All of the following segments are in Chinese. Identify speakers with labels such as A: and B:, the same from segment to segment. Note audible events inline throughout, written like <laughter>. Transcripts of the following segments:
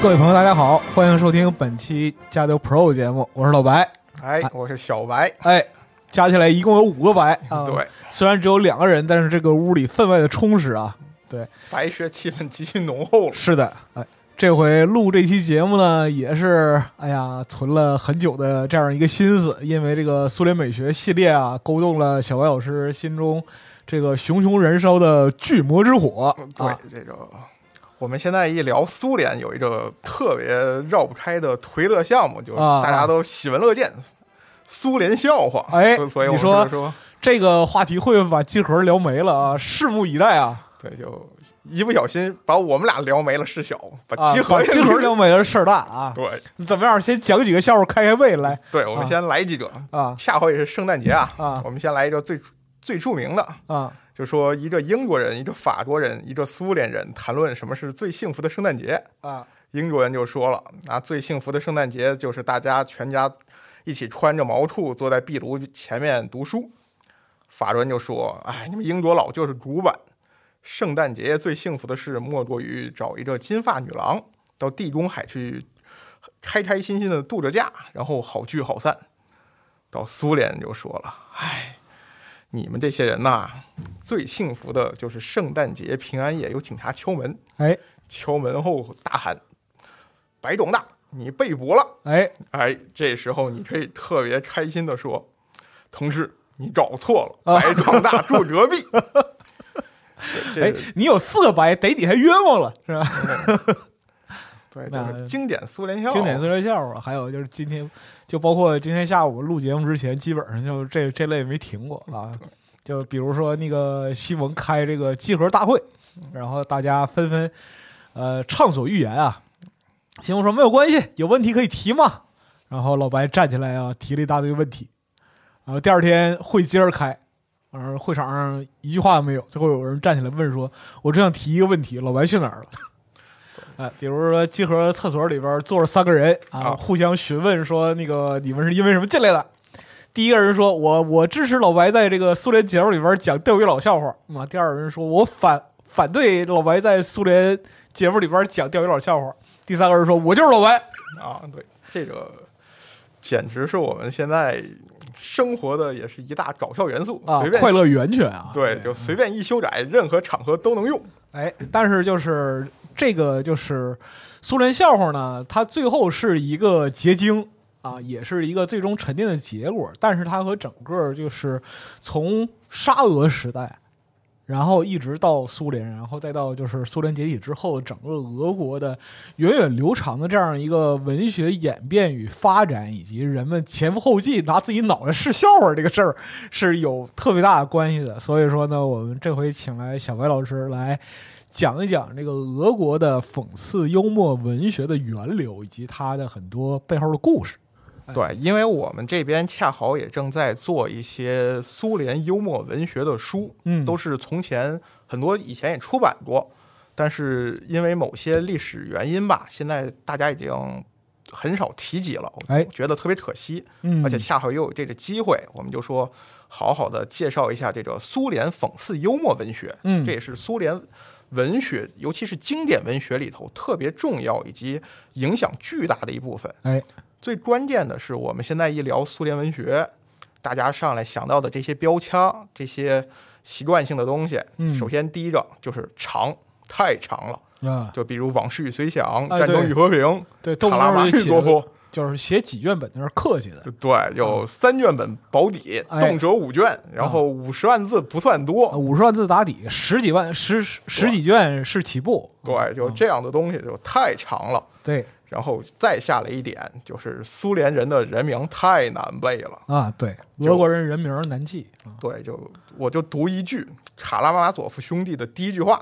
A: 各位朋友，大家好，欢迎收听本期加德 Pro 节目，我是老白。
B: 哎，我是小白。
A: 哎，加起来一共有五个白啊。
B: 嗯对，，
A: 虽然只有两个人，但是这个屋里氛围的充实啊。
B: 白蛇气氛极其浓厚了。
A: 是的，哎，这回录这期节目呢，也是哎呀，存了很久的这样一个心思，因为这个苏联美学系列啊，勾动了小白老师心中这个熊熊燃烧的巨魔之火。
B: 嗯对，
A: 啊
B: 这个我们现在一聊苏联，有一个特别绕不开的推乐项目，就是
A: 啊
B: 大家都喜闻乐见。苏联笑话，
A: 哎
B: 所所以我
A: 你
B: 们
A: 说
B: 就说，
A: 这个话题会不会把集合聊没了啊？拭目以待啊！
B: 对，就一不小心把我们俩聊没了是小，把
A: 啊，
B: 集合
A: 把集
B: <laughs>
A: 合聊没了事儿大啊！
B: 对
A: 怎么样？先讲几个笑话开开胃来
B: 对，我们
A: 啊
B: 先来几个，
A: 啊
B: 恰好也是圣诞节啊，
A: 啊
B: 我们先来一个最最著名的，
A: 啊！
B: 就说一个英国人、一个法国人、一个苏联人谈论什么是最幸福的圣诞节。
A: 啊
B: 英国人就说了啊，最幸福的圣诞节就是大家全家一起穿着毛裤坐在壁炉前面读书。法国人就说：“哎，你们英国佬就是古板。圣诞节最幸福的事莫过于找一个金发女郎到地中海去开开心心的度着假，然后好聚好散。”到苏联人就说了：“哎，你们这些人呐、最幸福的就是圣诞节平安夜有警察敲门。”
A: 哎
B: 敲门后大喊：“白种大，你被捕了
A: 哎！”
B: 哎，这时候你可以特别开心的说：“同志，你搞错了，
A: 啊
B: 白种大住隔 <laughs> 壁。这
A: 哎
B: 这，
A: 你有四个白，逮你还冤枉了是吧？
B: 对，
A: 那
B: 就是经典苏联笑话，
A: 经典碎裂笑话，还有就是今天，就包括今天下午录节目之前，基本上就这这类没停过啊。就比如说那个西蒙开这个集合大会，然后大家纷纷呃畅所欲言啊，秦风说没有关系，有问题可以提嘛。然后老白站起来啊，提了一大堆问题。然后第二天会接着开，然后会场上一句话都没有。最后有人站起来问说：“我只想提一个问题，老白去哪儿了？”哎，比如说集合厕所里边坐着三个人啊，
B: 啊
A: 互相询问说那个你们是因为什么进来的？第一个人说：“我我支持老白在这个苏联节目里边讲钓鱼佬笑话。”啊，第二个人说：“我反反对老白在苏联节目里边讲钓鱼佬笑话。”第三个人说：“我就是老白。
B: 啊，对，这个简直是我们现在生活的也是一大搞笑元嗯素”
A: 啊
B: 随，便
A: 快乐源泉啊！
B: 对，就随便一修改，任何场合都能用。
A: 哎，但是就是这个就是苏联笑话呢，它最后是一个结晶啊，也是一个最终沉淀的结果。但是它和整个就是从沙俄时代，然后一直到苏联，然后再到就是苏联解体之后，整个俄国的源远流长的这样一个文学演变与发展，以及人们前赴后继拿自己脑袋试笑话这个事儿，是有特别大的关系的。所以说呢，我们这回请来小白老师来讲一讲这个俄国的讽刺幽默文学的源流，以及它的很多背后的故事。
B: 对，因为我们这边恰好也正在做一些苏联幽默文学的书，
A: 嗯
B: 都是从前很多以前也出版过，但是因为某些历史原因吧，现在大家已经很少提及了，
A: 哎
B: 我觉得特别可惜。
A: 嗯
B: 而且恰好又有这个机会，我们就说好好的介绍一下这个苏联讽刺幽默文学，
A: 嗯
B: 这也是苏联文学，尤其是经典文学里头特别重要以及影响巨大的一部分。
A: 哎，
B: 最关键的是，我们现在一聊苏联文学，大家上来想到的这些标枪、这些习惯性的东西，
A: 嗯
B: 首先第一个就是长，太长了。
A: 啊，
B: 就比如《往事与随想》
A: 哎
B: 《战争
A: 对
B: 与和平》
A: 对，动
B: 《
A: 不
B: 卡拉
A: 动
B: 马
A: 就
B: 利
A: 写
B: 多夫》
A: 就是写几卷本那是客气的。
B: 对，有三卷本保底，
A: 嗯哎啊
B: 动辄五卷，然后五十万字不算多。
A: 五十万字打底，十几万十十十几卷是起步。
B: 对，
A: 嗯
B: 就这样的东西就太长了。
A: 对
B: 然后再下来一点，就是苏联人的人名太难背了。
A: 啊，对，
B: 就
A: 俄国人人名儿难记啊。
B: 对，就我就读一句卡拉马佐夫兄弟的第一句话。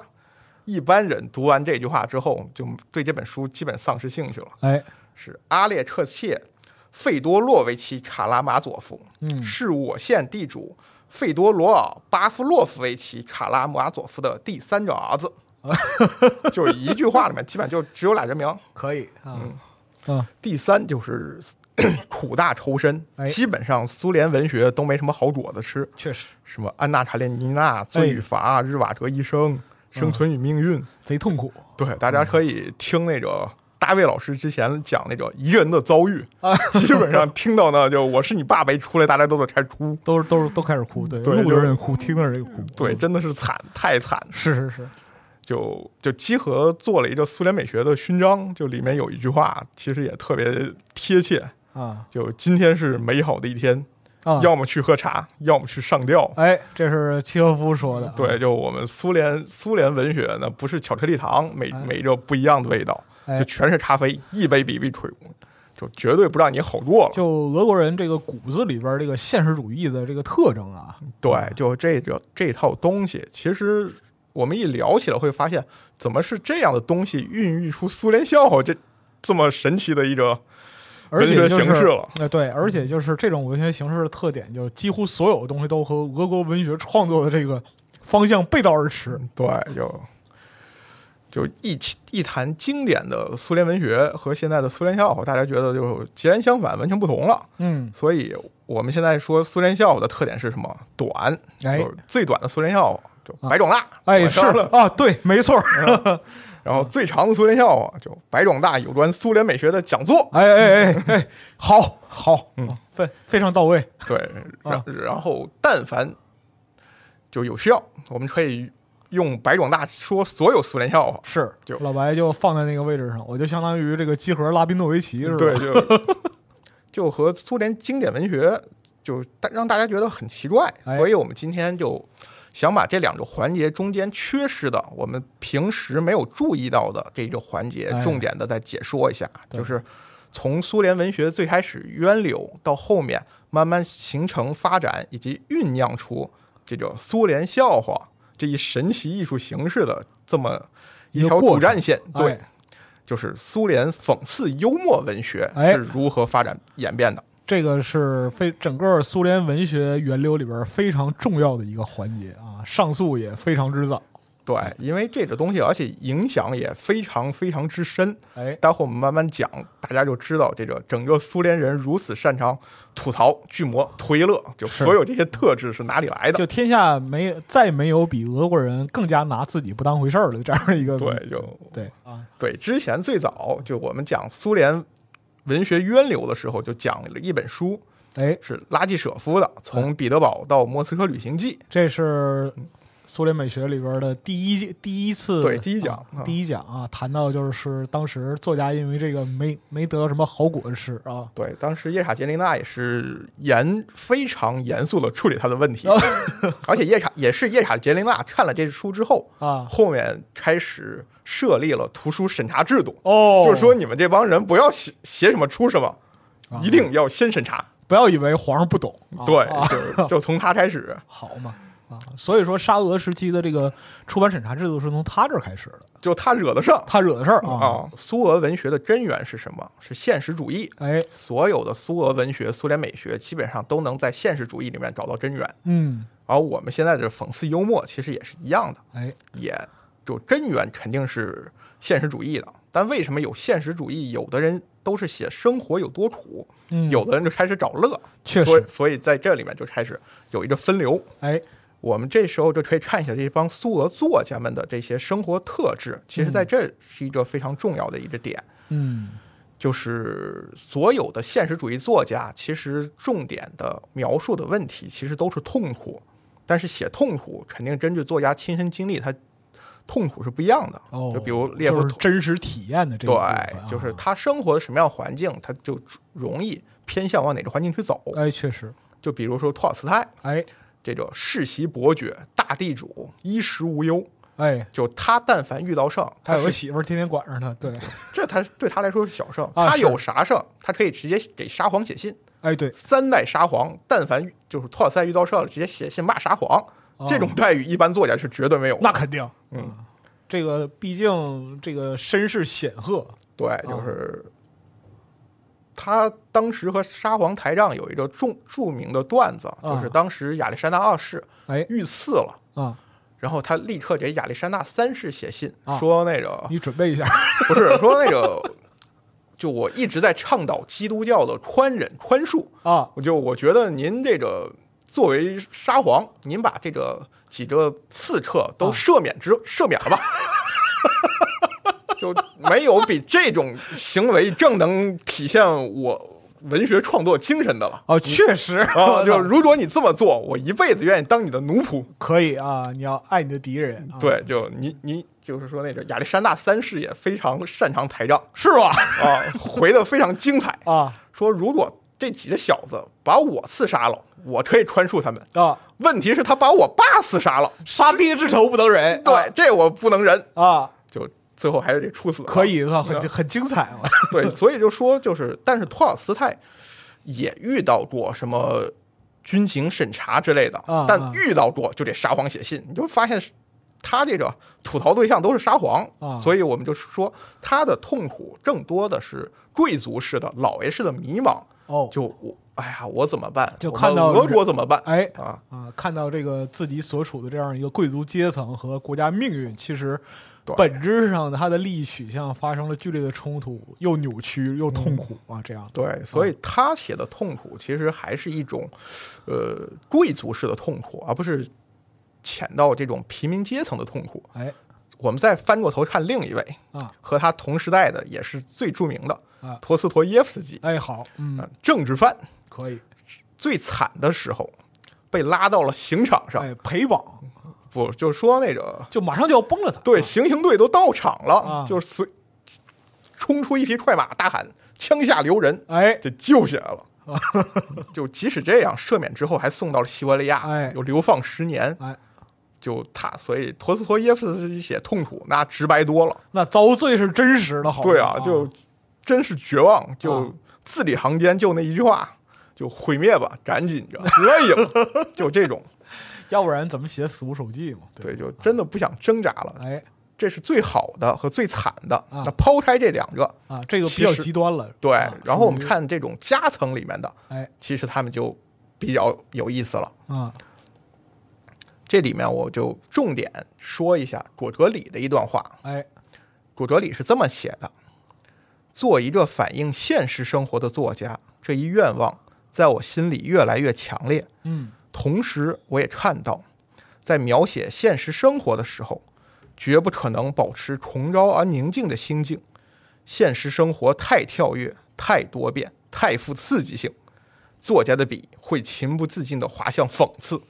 B: 一般人读完这句话之后，就对这本书基本丧失兴趣了。
A: 哎，
B: 是阿列克切·费多洛维奇·卡拉马佐夫，
A: 嗯
B: 是我县地主费多罗尔·巴夫洛夫维奇·卡拉马佐夫的第三个儿
A: <laughs>
B: 子。就是一句话里面基本就只有俩人名。
A: 可以啊，嗯
B: 第三就是 <coughs> 苦大仇深
A: 哎，
B: 基本上苏联文学都没什么好果子吃，
A: 确实
B: 什么安娜·卡列尼
A: 哎
B: 娜、罪与罚、日瓦戈医
A: 嗯
B: 生、生存与命运。
A: 贼痛苦
B: 对，大家可以听那个大卫老师之前讲那个彝人的遭遇，
A: 啊
B: 基本上听到呢，就我是你爸爸一出来，大家都在开始哭。
A: 都是都是都开始哭，嗯对，
B: 对
A: 录
B: 就
A: 的
B: 是
A: 人哭，听的人也哭，
B: 对，
A: 嗯
B: 真的是惨，太惨了。
A: 是是是，
B: 就就基和做了一个苏联美学的勋章，就里面有一句话，其实也特别贴切，
A: 啊
B: 就今天是美好的一天，
A: 啊，
B: 要么去喝茶，要么去上吊。
A: 哎，这是契诃夫说的，，
B: 对，就我们苏联苏联文学呢，不是巧克力糖，每
A: 哎
B: 每一个不一样的味道，
A: 哎
B: 就全是咖啡，一杯比一杯苦，就绝对不让你好过了。
A: 就俄国人这个骨子里边这个现实主义的这个特征啊，
B: 对，就这个这套东西，其实我们一聊起来会发现，怎么是这样的东西孕育出苏联笑话这这么神奇的一个
A: 而且
B: 文学
A: 就是
B: 形式了
A: 呃，对，而且就是这种文学形式的特点，就几乎所有东西都和俄国文学创作的这个方向背道而驰。
B: 对，就就一起一谈经典的苏联文学和现在的苏联笑话，大家觉得就截然相反，完全不同了。
A: 嗯，
B: 所以我们现在说苏联笑话的特点是什么？短，
A: 哎
B: 就是最短的苏联笑话就白种大，
A: 哎，
B: 我
A: 是
B: 当了。嗯
A: 啊，对，没错儿。
B: 然后最长的苏联笑话就白种大有关苏联美学的讲座，
A: <laughs> 哎哎哎哎，好，好，嗯，非非常到位。
B: 对，
A: 啊
B: 然然后但凡就有需要，我们可以用白种大说所有苏联啊笑话。
A: 是
B: 就，
A: 老白就放在那个位置上，我就相当于这个集合拉宾诺维奇是吧？
B: 对，，就 <laughs> 就和苏联经典文学就大让大家觉得很奇怪，
A: 哎
B: 所以我们今天就想把这两个环节中间缺失的，我们平时没有注意到的这个环节
A: 哎，
B: 重点的再解说一下，
A: 对
B: 就是。从苏联文学最开始渊流到后面慢慢形成发展，以及酝酿出这个苏联笑话这一神奇艺术形式的这么一
A: 一个
B: 条
A: 过
B: 主
A: 程
B: 战线，对，
A: 哎
B: 就是苏联讽刺幽默文学
A: 哎
B: 是如何发展演变的。
A: 这个是非整个苏联文学源流里边非常重要的一个环节啊，上溯也非常之早。
B: 对，因为这个东西，而且影响也非常非常之深。
A: 哎，
B: 待会我们慢慢讲，大家就知道这个整个苏联人如此擅长吐槽、巨魔、推乐，就是所有这些特质是哪里来的？
A: 就天下没再没有比俄国人更加拿自己不当回事儿的这样一个
B: 对，就
A: 对啊，
B: 对。之前最早就我们讲苏联文学渊流的时候，就讲了一本书，
A: 哎，
B: 是拉季舍夫的《从彼得堡到莫斯科旅行记》。
A: 这是苏联美学里边的第一第一次
B: 对第一讲
A: 啊
B: 啊
A: 第一讲啊，谈到就是当时作家因为这个没没得到什么好果实啊，
B: 对，当时叶卡捷琳娜也是严非常严肃的处理他的问题， <laughs> 而且叶卡也是叶卡捷琳娜看了这书之后
A: 啊
B: 后面开始设立了图书审查制度，
A: 哦
B: 就是说你们这帮人不要写写什么出什么，一定要先审查。
A: 不要以为皇上不懂，啊
B: 对，
A: 啊
B: 就就从他开始。
A: 好嘛啊，所以说沙俄时期的这个出版审查制度是从他这儿开始的，
B: 就他惹得上
A: 他惹的事儿啊，
B: 啊。苏俄文学的根源是什么？是现实主义。
A: 哎，
B: 所有的苏俄文学、苏联美学，基本上都能在现实主义里面找到根源。
A: 嗯，
B: 而我们现在的讽刺幽默，其实也是一样的。
A: 哎，
B: 也就根源肯定是现实主义的。但为什么有现实主义？有的人都是写生活有多苦，
A: 嗯
B: 有的人就开始找乐，
A: 确实
B: 所以所以在这里面就开始有一个分流。
A: 哎，
B: 我们这时候就可以看一下这帮苏俄作家们的这些生活特质，其实在这是一个非常重要的一个点，
A: 嗯，
B: 就是所有的现实主义作家其实重点的描述的问题其实都是痛苦，但是写痛苦肯定根据作家亲身经历，他痛苦是不一样的。
A: 哦，
B: 就比如列夫
A: 就是真实体验的这个部分啊
B: 对，就是他生活的什么样的环境，他就容易偏向往哪个环境去走。
A: 哎，确实，
B: 就比如说托尔斯泰
A: 哎
B: 这种世袭伯爵、大地主，衣食无忧，
A: 哎，
B: 就他但凡遇到事儿，
A: 他
B: 他
A: 有个
B: 是
A: 媳妇儿天天管着他，对，
B: 这他对他来说是小事儿，
A: 啊
B: 他
A: 是
B: 有啥事儿，他可以直接给沙皇写信。
A: 哎对，
B: 三代沙皇，但凡遇就是托尔斯泰遇到事儿了，直接写信骂沙皇，这种待遇一般作家是绝对没有的。
A: 那肯定，
B: 嗯，
A: 这个毕竟这个身世显赫，
B: 对，就是他当时和沙皇台账有一个重著名的段子，
A: 啊
B: 就是当时亚历山大二世
A: 哎
B: 遇刺了，
A: 啊，
B: 然后他立刻给亚历山大三世写信，
A: 啊
B: 说那个
A: 你准备一下，
B: 不是说那个，就我一直在倡导基督教的宽忍宽恕，
A: 啊，。
B: 我就我觉得您这个作为沙皇，您把这个几个刺客都赦免之、赦免了吧。 <laughs> 就没有比这种行为更能体现我文学创作精神的了
A: 哦，确实， <laughs>
B: 啊，就如果你这么做，我一辈子愿意当你的奴仆。
A: 可以啊，你要爱你的敌人，啊，
B: 对，就你你就是说那个亚历山大三世也非常擅长抬杠
A: 是吧？
B: 啊， <laughs> 回的非常精彩。
A: 啊
B: 说如果这几个小子把我刺杀了，我可以宽恕他们。
A: 啊，
B: 问题是，他把我爸刺杀了，
A: 杀爹之仇不能忍，
B: 对，这我不能忍，
A: 啊，
B: 就最后还是得处死。
A: 可，以啊，很很精彩
B: <laughs>
A: 啊，
B: 对，所以就说就是，但是托尔斯泰也遇到过什么军情审查之类的
A: 啊，啊
B: 但遇到过就得沙皇写信，你就发现他这个吐槽对象都是沙皇
A: 啊，
B: 所以我们就说他的痛苦更多的是贵族式的、老爷式的迷茫，
A: 哦，
B: 就我哎呀，我怎么办？
A: 就
B: 我
A: 看到
B: 们俄国怎么办？
A: 哎
B: 啊，
A: 啊，看到这个自己所处的这样一个贵族阶层和国家命运，其实
B: 对
A: 本质上它的利益取向发生了剧烈的冲突，又扭曲又痛苦啊，这样
B: 嗯对，所以他写的痛苦其实还是一种，呃，贵族式的痛苦，而不是潜到这种平民阶层的痛苦。
A: 哎
B: 我们再翻过头看另一位
A: 啊
B: 和他同时代的，也是最著名的
A: 啊
B: 陀思妥耶夫斯基，
A: 哎，好，嗯，
B: 呃政治犯
A: 可以，
B: 最惨的时候被拉到了刑场上，
A: 哎，陪绑
B: 不就说
A: <laughs>
B: 那个
A: 就马上就要崩了他，
B: 对行刑队都到场
A: 啊
B: 了，就是随冲出一匹快马，大喊枪下留人，
A: 哎，
B: 就救起来
A: <laughs>
B: 了。就即使这样，赦免之后还送到了西伯利亚，
A: 哎
B: 又流放十年。
A: 哎，
B: 就他，所以陀思妥耶夫斯基写痛苦，那直白多了。
A: 那遭罪是真实的，好吗，
B: 对啊，就真是绝望，
A: 啊
B: 就字里行间就那一句话，就毁灭吧，赶紧着，可以了，
A: <laughs>
B: 就这种。
A: 要不然怎么写《死无手记》嘛，
B: 对，就真的不想挣扎了。
A: 哎，
B: 这是最好的和最惨的。
A: 啊
B: 那抛开这两个，
A: 啊，这个比
B: 其
A: 较
B: 实
A: 极端了。
B: 对
A: 啊，
B: 然后我们，
A: 属于
B: 看这种夹层里面的，
A: 哎
B: 其实他们就比较有意思了。
A: 啊
B: 这里面我就重点说一下果哲里的一段话。
A: 哎
B: 果哲里是这么写的：做一个反映现实生活的作家，这一愿望在我心里越来越强烈。
A: 嗯
B: 同时，我也看到，在描写现实生活的时候，绝不可能保持崇高而宁静的心境。现实生活太跳跃、太多变、太富刺激性，作家的笔会情不自禁地滑向讽刺。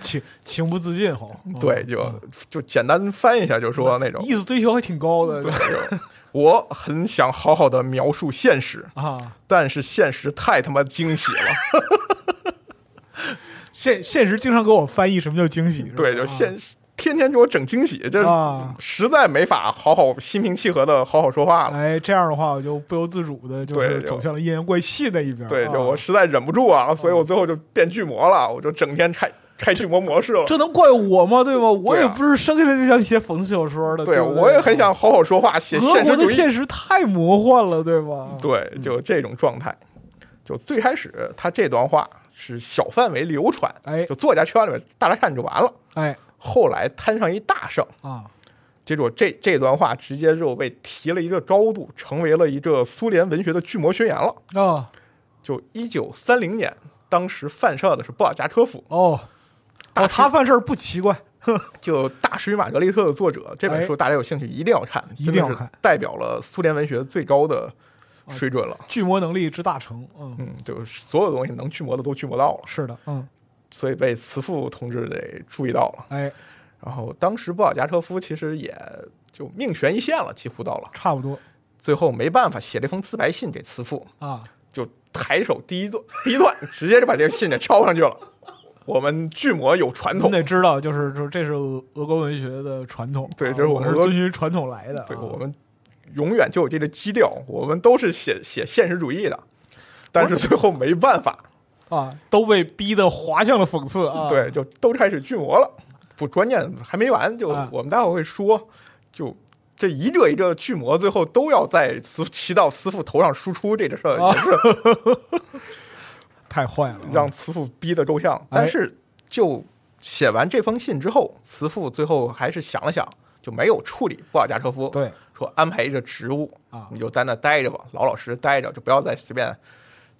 A: 情情不自禁吼。啊
B: 嗯对，就就简单翻译一下，就说那种
A: 意思追求还挺高的
B: 嗯对，就我很想好好的描述现实，
A: 啊。
B: 但是现实太他妈惊
A: <laughs>
B: 喜了。
A: 现现实经常给我翻译什么叫惊喜，是吧
B: 对，就
A: 啊
B: 现实天天给我整惊喜，这
A: 啊
B: 实在没法好好心平气和的好好说话了。
A: 哎，这样的话我就不由自主的，就
B: 对
A: 是
B: 就
A: 走向了阴阳怪气那一边。
B: 对，
A: 啊
B: 就我实在忍不住啊，所以我最后就变巨魔了，我就整天开开巨魔模式了。
A: 这能怪我吗？对吧？我也
B: 对啊
A: 不是生下来就想写讽刺小说的，
B: 对，啊
A: 对不对啊嗯
B: 我也很想好好说话，写
A: 俄国
B: 现实
A: 的
B: 主义。
A: 现嗯实太魔幻了，对吧？
B: 对，就这种状态。就最开始他这段话是小范围流传，
A: 哎
B: 就作家圈里面大家看就完了。
A: 哎
B: 后来摊上一大圣，
A: 啊，
B: 结果这这段话直接就被提了一个高度，成为了一个苏联文学的巨魔宣言了。
A: 哦
B: 就一九三零年，当时犯事儿的是布尔加科夫，
A: 哦哦，他犯事儿不奇怪，
B: 就《大师与玛格丽特》的作者这本书，大家有兴趣一定要看，
A: 哎一定要看哦
B: 真的是代表了苏联文学最高的水准了。
A: 巨魔能力之大成，嗯，
B: 嗯，就是所有东西能驱魔的都驱魔到了，
A: 是的，嗯，
B: 所以被慈父同志得注意到了。
A: 哎，
B: 然后当时布尔加科夫其实也就命悬一线了，几乎到了
A: 差不多
B: 最后没办法写了一封自白信给慈父，
A: 啊，
B: 就抬手第一段 <laughs> 第一段直接就把这个信给抄上去了。我们巨魔有传
A: 你
B: 统，
A: 得知道，就是说这是俄俄国文学的传统，
B: 对
A: 啊
B: 这是我
A: 我
B: 们
A: 是
B: 俄
A: 遵循传统来的，
B: 对，
A: 啊
B: 我们永远就有这个基调，我们都是写写现实主义的，但是最后没办法，
A: 啊都被逼得滑向了讽刺啊，
B: 对，就都开始巨魔了。不，关键还没完，就
A: 啊
B: 我们待会儿会说，就这一个一个巨魔，最后都要在慈骑到慈父头上输出这个事儿，
A: 哦
B: 也是
A: 太坏了啊，
B: 让慈父逼得够呛。
A: 哎
B: 但是就写完这封信之后，慈父最后还是想了想，就没有处理布尔加科夫。
A: 对
B: 说安排一个职务
A: 啊
B: 你就在那待着吧，老老实实待着，就不要再随便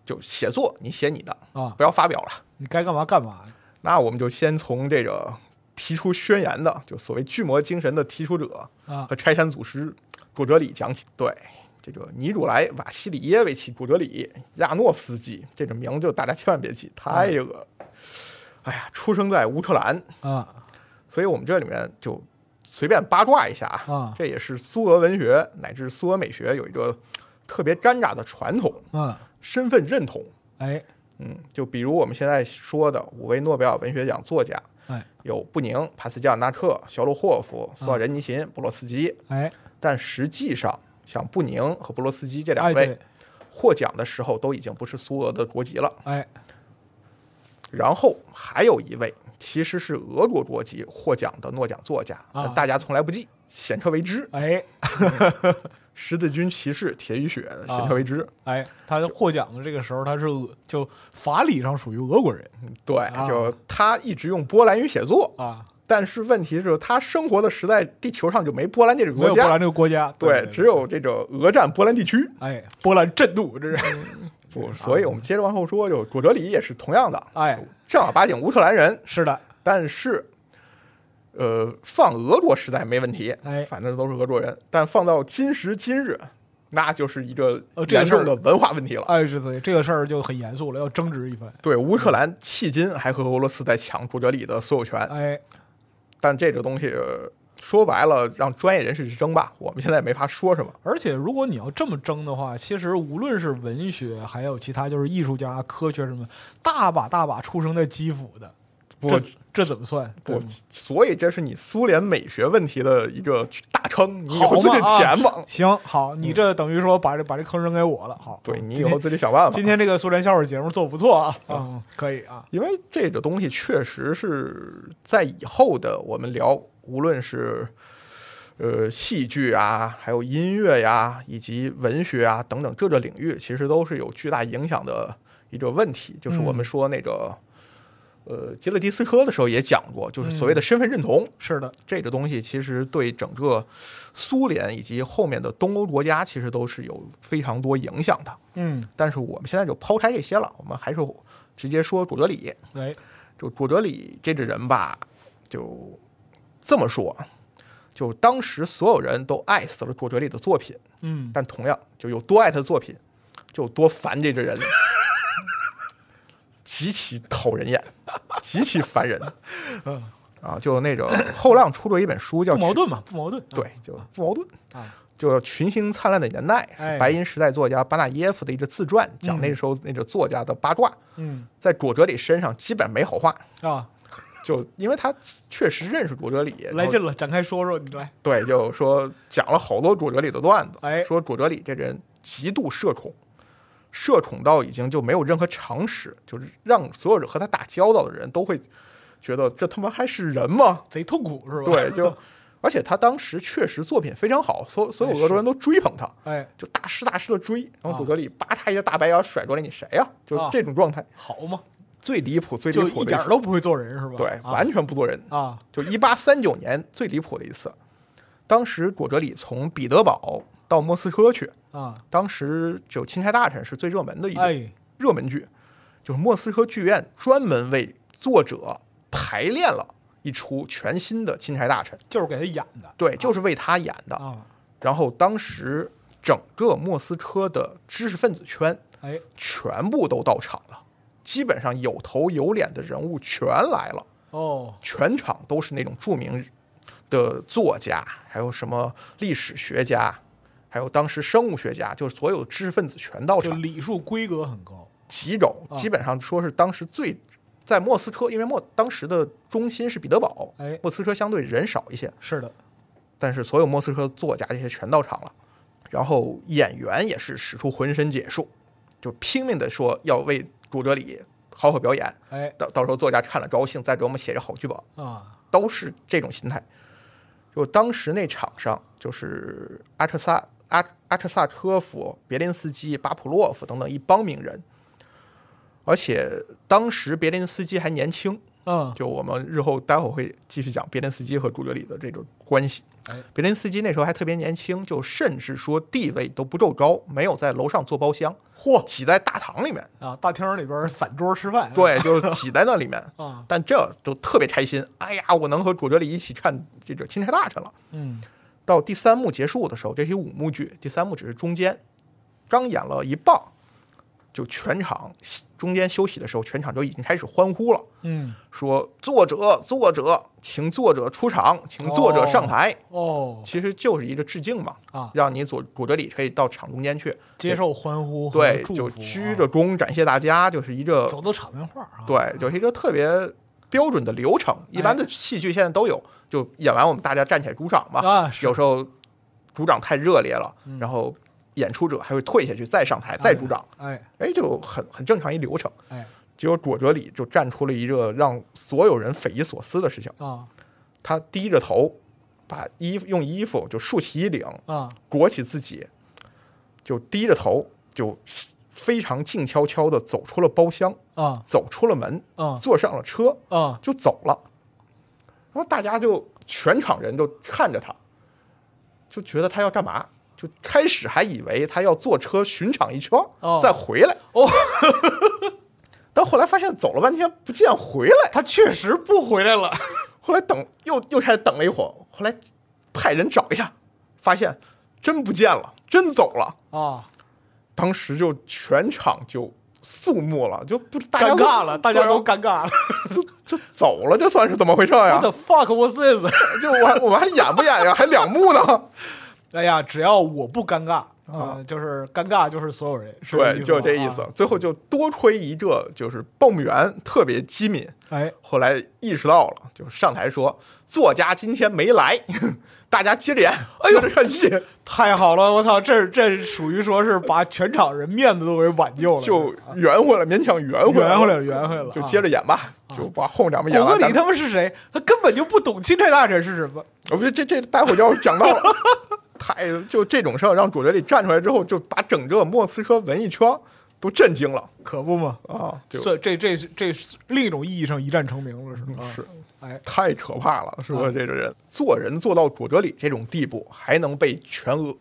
B: 就写作，你写你的
A: 啊
B: 不，要发表了。
A: 你该干嘛干嘛，
B: 那我们就先从这个提出宣言的，就所谓巨魔精神的提出者
A: 啊
B: 和拆山祖师古哲里讲起。对，这个尼古莱·瓦西里耶维奇·古哲里亚诺夫斯基这个名字大家千万别记，太
A: 嗯
B: 恶。哎呀，出生在乌克兰，
A: 啊
B: 所以我们这里面就随便八卦一下
A: 啊
B: 这也是苏俄文学乃至苏俄美学有一个特别尴尬的传统
A: 啊，
B: ——身份认同。
A: 哎
B: 嗯，就比如我们现在说的五位诺贝尔文学奖作家，
A: 哎
B: 有布宁、帕斯加纳克、肖洛霍夫、苏
A: 嗯
B: 尔仁尼琴、布洛茨基，
A: 哎，
B: 但实际上，像布宁和布洛茨基这两
A: 哎
B: 位
A: 对，
B: 获奖的时候都已经不是苏俄的国籍了。
A: 哎
B: 然后还有一位其实是俄国国籍获奖的诺奖作家，
A: 啊
B: 但大家从来不记，显车为之。
A: 哎
B: 十字军骑士铁与血，显
A: 啊
B: 车为之。
A: 哎，他获奖的这个时候，他是俄就法理上属于俄国人
B: 对
A: 啊，
B: 就他一直用波兰语写作，
A: 啊，
B: 但是问题是，他生活的时代地球上就没波兰这个
A: 没
B: 国
A: 有波兰
B: 家，
A: 这个国家，
B: 对，只有这个俄占波兰地区。
A: 哎波兰震怒，这是
B: <laughs>
A: 啊
B: 不，所以我们接着往后说，就古哲里也是同样的，
A: 哎
B: 正儿八经乌克兰人，
A: 是的，
B: 但是，呃，放俄国时代没问题，
A: 哎
B: 反正都是俄国人，但放到今时今日，那就是一个
A: 呃这个
B: 严
A: 事儿
B: 重的文化问题了。
A: 哎是的，这个事儿就很严肃了，要争执一番，
B: 对，乌克兰迄今还和俄罗斯在抢古哲里的所有权，
A: 哎
B: 但这个东西呃说白了，让专业人士去争吧，我们现在也没法说什么。
A: 而且，如果你要这么争的话，其实无论是文学，还有其他就是艺术家、科学什么，大把大把出生在基辅的，
B: 不
A: 这这怎么算？
B: 不
A: 对，
B: 所以这是你苏联美学问题的一个大坑，你以
A: 好
B: 后自己
A: 嘛
B: 填吧。嗯
A: 啊行，好，你这等于说把这把这坑扔给我了。好，
B: 对
A: 嗯
B: 你以
A: 今
B: 后
A: 天
B: 自己想办法
A: 今。天这个苏联笑话节目做得不错啊，嗯，可以啊，
B: 因为这个东西确实是在以后的我们聊无论是呃戏剧啊，还有音乐呀、以及文学啊等等各个领域，其实都是有巨大影响的一个问题。就是我们说那个、呃杰勒迪斯科的时候也讲过，就是所谓的身份认同。
A: 是的，
B: 这个东西其实对整个苏联以及后面的东欧国家其实都是有非常多影响的。
A: 嗯，
B: 但是我们现在就抛开这些了，我们还是直接说古德里。
A: 哎，
B: 就古德里这个人吧，就这么说，啊就当时所有人都爱死了古德里的作品，
A: 嗯，
B: 但同样就有多爱他的作品，就有多烦这个人，极其讨人厌，极其烦
A: <laughs>
B: 人。啊，就那个后浪出过一本书叫
A: 不
B: 《
A: 矛
B: 群
A: 盾嘛，不矛盾。
B: 对，就不矛盾
A: 啊。
B: 就《群星灿烂的年代》
A: 哎
B: 是白银时代作家巴纳耶夫的一个自传，讲那时候那个作家的八卦，
A: 嗯
B: 在果哲里身上基本没好话，
A: 啊，
B: 就因为他确实认识果哲里，
A: 来
B: 然后
A: 劲了，展开说说，你来。
B: 对，就说讲了好多果哲里的段子，
A: 哎
B: 说果哲里这人极度社恐，社恐到已经就没有任何常识，就是让所有人和他打交道的人都会觉得这他妈还是人吗？
A: 贼痛苦是吧？，
B: 对，
A: <laughs>
B: 就而且他当时确实作品非常好，所所有
A: 哎
B: 俄
A: 是
B: 国人都追捧他，
A: 哎，
B: 就大师大师的追，
A: 啊
B: 然后古德里叭嚓一个大白眼甩过来，你谁呀、
A: 啊
B: 就这种状态，
A: 好嘛，
B: 最离谱，最离
A: 就
B: 谱
A: 一
B: 的
A: 点
B: 次
A: 儿都不会做人是吧？
B: 对，
A: 啊
B: 完全不做人。
A: 啊，
B: 就一八三九年最离谱的一次，当时果哲里从彼得堡到莫斯科去，
A: 啊，
B: 当时只有钦差大臣是最热门的一个
A: 哎，
B: 热门剧，就是莫斯科剧院专门为作者排练了一出全新的钦差大臣，
A: 就是给他演的
B: 对，就是为他演的。
A: 啊，
B: 然后当时整个莫斯科的知识分子圈
A: 哎，
B: 全部都到场了，基本上有头有脸的人物全来了，
A: 哦，
B: 全场都是那种著名的作家，还有什么历史学家，还有当时生物学家，就是所有知识分子全到
A: 就
B: 场，
A: 礼数规格很高，
B: 极种
A: 啊
B: 基本上说是当时最。在莫斯科，因为莫当时的中心是彼得堡，
A: 哎
B: 莫斯科相对人少一些，
A: 是的，
B: 但是所有莫斯科作家这些全到场了，然后演员也是使出浑身解数，就拼命的说要为古哲里好好表演，
A: 哎
B: 到到时候作家看了高兴，再给我们写个好剧本，
A: 啊，
B: 都是这种心态。就当时那场上，就是阿克萨阿阿克萨科夫、别林斯基、巴甫洛夫等等一帮名人，而且当时别林斯基还年轻，
A: 嗯，
B: 就我们日后待会儿会继续讲别林斯基和古哲里的这种关系
A: 哎。
B: 别林斯基那时候还特别年轻，就甚至说地位都不够高，没有在楼上做包厢，
A: 嚯
B: 挤在大堂里面，
A: 啊，大厅里边散桌吃饭，。
B: 对，就是挤在那里面
A: 啊，
B: 但这就特别开心，哎呀，我能和古哲里一起看这个《钦差大臣》了。
A: 嗯，
B: 到第三幕结束的时候，这是一五幕剧，第三幕只是中间，刚演了一半，就全场中间休息的时候，全场就已经开始欢呼了。
A: 嗯，
B: 说作者作者，请作者出场，请作者上台，
A: 哦，
B: 其实就是一个致敬嘛，
A: 啊
B: 让你左古哲里可以到场中间去
A: 接受欢呼和
B: 对，
A: 祝
B: 就
A: 福
B: 鞠
A: 啊
B: 着躬感谢大家，就是一个
A: 走走场面话啊，哎
B: 对，就是一个特别标准的流程，一般的戏剧现在都有，就演完我们大家站起来鼓掌嘛，
A: 啊是嗯
B: 有时候鼓掌太热烈了，然后演出者还会退下去再上台再鼓掌，
A: 哎
B: 哎，就很很正常一流程。
A: 哎
B: 结果果哲里就站出了一个让所有人匪夷所思的事情。
A: 啊
B: 他低着头，把衣服用衣服就竖起衣领，
A: 啊，
B: 裹起自己，就低着头，就非常静悄悄地走出了包厢，
A: 啊
B: 走出了门，
A: 啊
B: 坐上了车， <laughs>
A: 啊，
B: 就走了。然后大家就全场人都看着他，就觉得他要干嘛？就开始还以为他要坐车巡场一圈儿，
A: 哦
B: 再回来。
A: 哦，
B: 但后来发现走了半天不见回来，
A: 他确实不回来了，
B: 后来等又又开始等了一会儿，后来派人找一下，发现真不见了，真走了。
A: 啊，
B: 当时就全场就肃穆了，就不大家
A: 尴
B: 都
A: 尬了，大家都
B: 对
A: 尴尬了。
B: 啊就就走了，这算是怎么回事呀、
A: What the fuck was this？ <laughs>
B: 就我还我们还演不演呀？还两幕呢？
A: 哎呀，只要我不尴尬，啊，就是尴尬，就是所有人，是
B: 对，就这
A: 意
B: 意
A: 思
B: 思
A: 吗。。啊
B: 最后就多亏一这，就是报幕员特别机敏，
A: 啊哎，
B: 后来意识到了，就上台说作家今天没来， <laughs> 大家接着演，哎 <laughs> 呦，看戏
A: 太好了，我操，这这属于说是把全场人面子都给挽救了，啊
B: 就圆回来，勉强圆回来，
A: 圆回来了，圆回来了，
B: 就接
A: 着。
B: 着演吧，就把后两幕演
A: 狗哥
B: 完。
A: 里他们是谁？他根本就不懂钦差大臣是什么。
B: 我不是这这待会儿就要
A: <laughs>
B: 讲到了，太就这种事儿让主角里站出来之后，就把整个莫斯科文艺圈都震惊了
A: 可不嘛，
B: 啊！就
A: 算这这这是另一种意义上一战成名了，是吗？
B: 嗯是，
A: 哎，
B: 太可怕了，是
A: 啊
B: 吧？这个人做人做到佐哲里这种地步，还能被全俄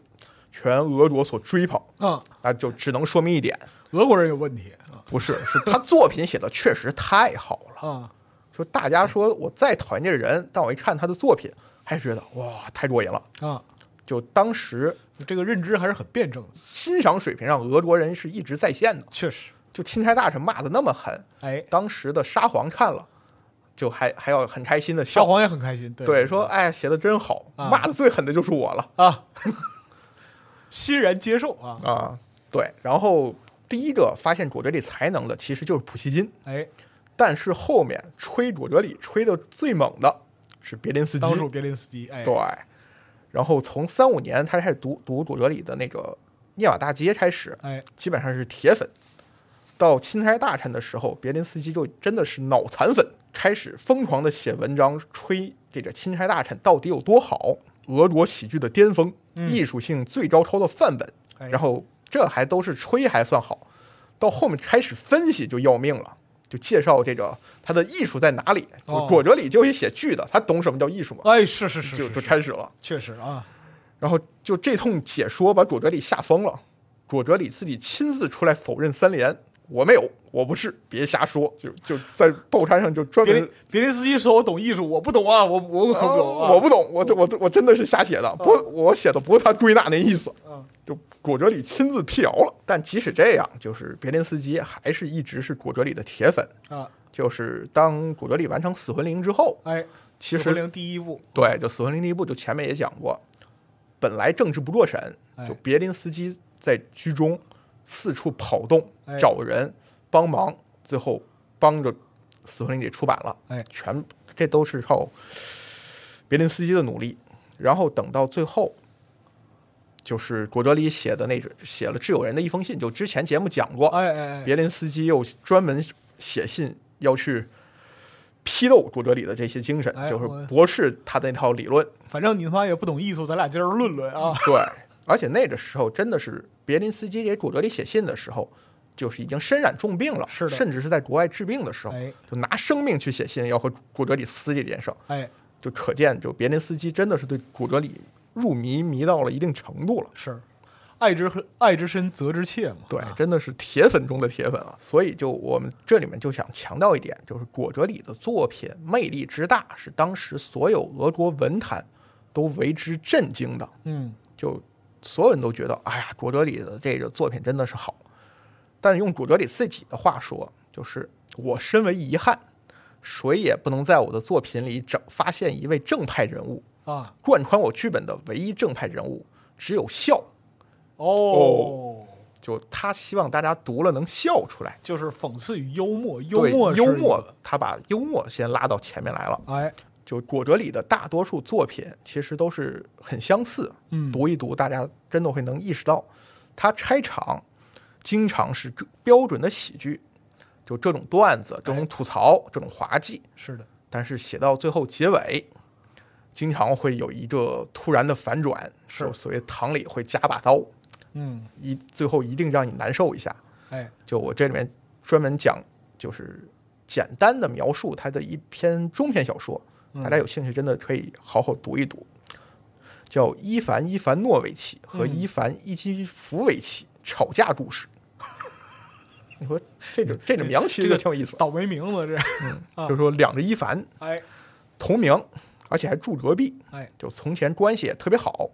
B: 全俄国所追捧，
A: 嗯，
B: 那就只能说明一点，
A: 俄国人有问题啊
B: 不是，是他作品写的确实太好了。
A: 啊，
B: 说大家说我再讨厌这个人，但我一看他的作品，还是觉得哇，太过瘾了。
A: 啊，
B: 就当时
A: 这个认知还是很辩证的，
B: 欣赏水平上，俄国人是一直在线的。
A: 确实。
B: 就钦差大臣骂的那么狠，
A: 哎，
B: 当时的沙皇看了，就还还要很开心的
A: 沙
B: 笑，
A: 皇也很开心，对
B: 对，说哎写的真好，
A: 啊
B: 骂的最狠的就是我了
A: <laughs> 啊，欣然接受啊，
B: 啊，对，然后第一个发现佐哲里才能的其实就是普希金，
A: 哎，
B: 但是后面吹佐哲里吹的最猛的是别林斯基
A: 当，属别林斯基，哎，
B: 对，然后从三五年他开始读读佐哲里的那个《涅瓦大街》开始，
A: 哎，
B: 基本上是铁粉。到钦差大臣的时候，别林斯基就真的是脑残粉，开始疯狂的写文章吹这个钦差大臣到底有多好，俄国喜剧的巅峰，艺术性最高超的范本。
A: 嗯哎
B: 然后这还都是吹还算好，到后面开始分析就要命了。就介绍这个他的艺术在哪里，
A: 哦
B: 就佐哲里就会写剧的，他懂什么叫艺术吗？
A: 哎，是是是，
B: 就是就是开始了。
A: 确实啊，
B: 然后就这通解说把佐哲里吓疯了，佐哲里自己亲自出来否认三连，我没有，我不是，别瞎说，就就在报刊上就专
A: 别
B: 门
A: 林。别林斯基说我懂艺术，我不懂啊，我我可不懂啊，
B: 哦我不懂，我我我真的是瞎写的，不，我写的不是他归纳那意思
A: 嗯，
B: 就果哲里亲自辟谣了。但即使这样，就是别林斯基还是一直是果哲里的铁粉。
A: 啊，
B: 就是当果哲里完成《死魂灵》之后，
A: 哎，
B: 其
A: 死
B: 实
A: 魂灵第一部，
B: 对，就《死魂灵》第一部，就前面也讲过，本来政治不过审，
A: 哎
B: 就别林斯基在居中四处跑动，
A: 哎
B: 找人帮忙，最后帮着《死魂灵》给出版了。
A: 哎
B: 全这都是靠别林斯基的努力。然后等到最后，就是果哲里写的那写了挚友人的一封信，就之前节目讲过，
A: 哎哎哎，
B: 别林斯基又专门写信要去批斗古哲里的这些精神，
A: 哎
B: 就是
A: 我
B: 驳斥他的那套理论。
A: 反正你他妈也不懂艺术，咱俩今儿论论
B: <laughs>
A: 啊，
B: 对，而且那个时候真的是别林斯基给古哲里写信的时候，就是已经身染重病了，
A: 是的
B: 甚至是在国外治病的时候，
A: 哎
B: 就拿生命去写信要和古哲里撕这件事儿，
A: 哎，
B: 就可见就别林斯基真的是对古哲里入迷迷到了一定程度了。
A: 是，爱之爱之深，责之切嘛，
B: 对
A: 啊，
B: 真的是铁粉中的铁粉啊！所以就我们这里面就想强调一点，就是果哲里的作品魅力之大，是当时所有俄国文坛都为之震惊的。
A: 嗯，
B: 就所有人都觉得，哎呀，果哲里的这个作品真的是好。但是用果哲里自己的话说，就是我身为遗憾，谁也不能在我的作品里整发现一位正派人物，
A: 啊，
B: 贯穿我剧本的唯一正派人物只有笑。
A: 哦。
B: 就他希望大家读了能笑出来。
A: 就是讽刺与幽默，幽
B: 对
A: 默是
B: 幽
A: 一
B: 默
A: 个，，
B: 他把幽默先拉到前面来了。
A: 哎，
B: 就果哲里的大多数作品其实都是很相似，
A: 嗯
B: 读一读大家真的会能意识到，他开场经常是这标准的喜剧，就这种段子、这
A: 哎
B: 种吐槽、这种滑稽，
A: 是的，
B: 但是写到最后结尾，经常会有一个突然的反转，
A: 是
B: 就所谓堂里会加把刀，
A: 嗯，
B: 一最后一定让你难受一下。
A: 哎，
B: 就我这里面专门讲，就是简单的描述他的一篇中篇小说，大家有兴趣真的可以好好读一读，叫伊凡伊凡诺维奇和伊凡伊基福维奇吵架故 <laughs> 事。你说这种这种啊名其实就挺有意思，
A: 倒霉名字这， <laughs>
B: 就是说两个伊凡
A: 哎
B: 同名，而且还住隔壁，
A: 哎，
B: 就从前关系也特别好，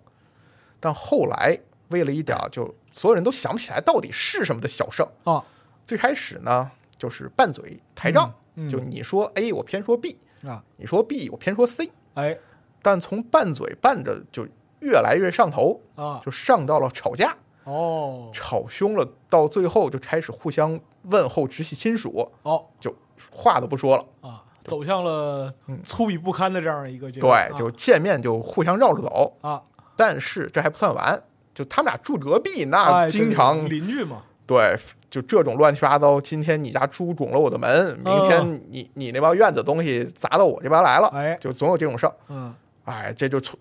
B: 但后来为了一点儿就所有人都想不起来到底是什么的小胜，
A: 啊，
B: 最开始呢，就是拌嘴抬杠，
A: 嗯嗯
B: 就你说 A，我偏说 B，
A: 啊，
B: 你说 B，我偏说 C。
A: 哎
B: 但从拌嘴拌着就越来越上头，
A: 啊，
B: 就上到了吵架，
A: 啊、哦
B: 吵凶了，到最后就开始互相问候直系亲属，
A: 哦
B: 就话都不说了。
A: 啊，走向了
B: 嗯
A: 粗鄙不堪的这样一个阶段。
B: 对，
A: 啊
B: 就见面就互相绕着走。
A: 啊，
B: 但是这还不算完，就他们俩住隔壁，
A: 哎
B: 那
A: 对
B: 经常、
A: 邻居嘛，
B: 对，就这种乱七八糟。今天你家猪拱了我的门，明天你、你那帮院子东西砸到我这边来了，
A: 嗯哎
B: 就总有这种事儿。
A: 嗯，
B: 哎，这就从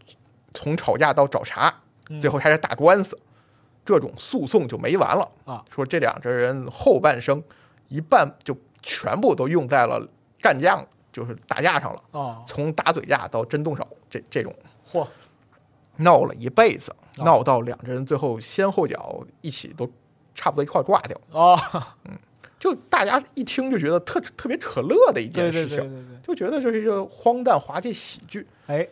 B: 从吵架到找茬，
A: 嗯
B: 最后开始打官司，这种诉讼就没完了
A: 啊！
B: 说这两个人后半生一半就全部都用在了干架，就是打架上了，
A: 哦，
B: 从打嘴架到真动手，这这种
A: 嚯，
B: 闹了一辈子，
A: 啊
B: 闹到两个人最后先后脚一起都差不多一块儿挂掉，
A: 哦，
B: 就大家一听就觉得特特别可乐的一
A: 对
B: 件
A: 对
B: 事
A: 对
B: 情，
A: 对对，
B: 就觉得这是一个荒诞滑稽喜剧。
A: 哎，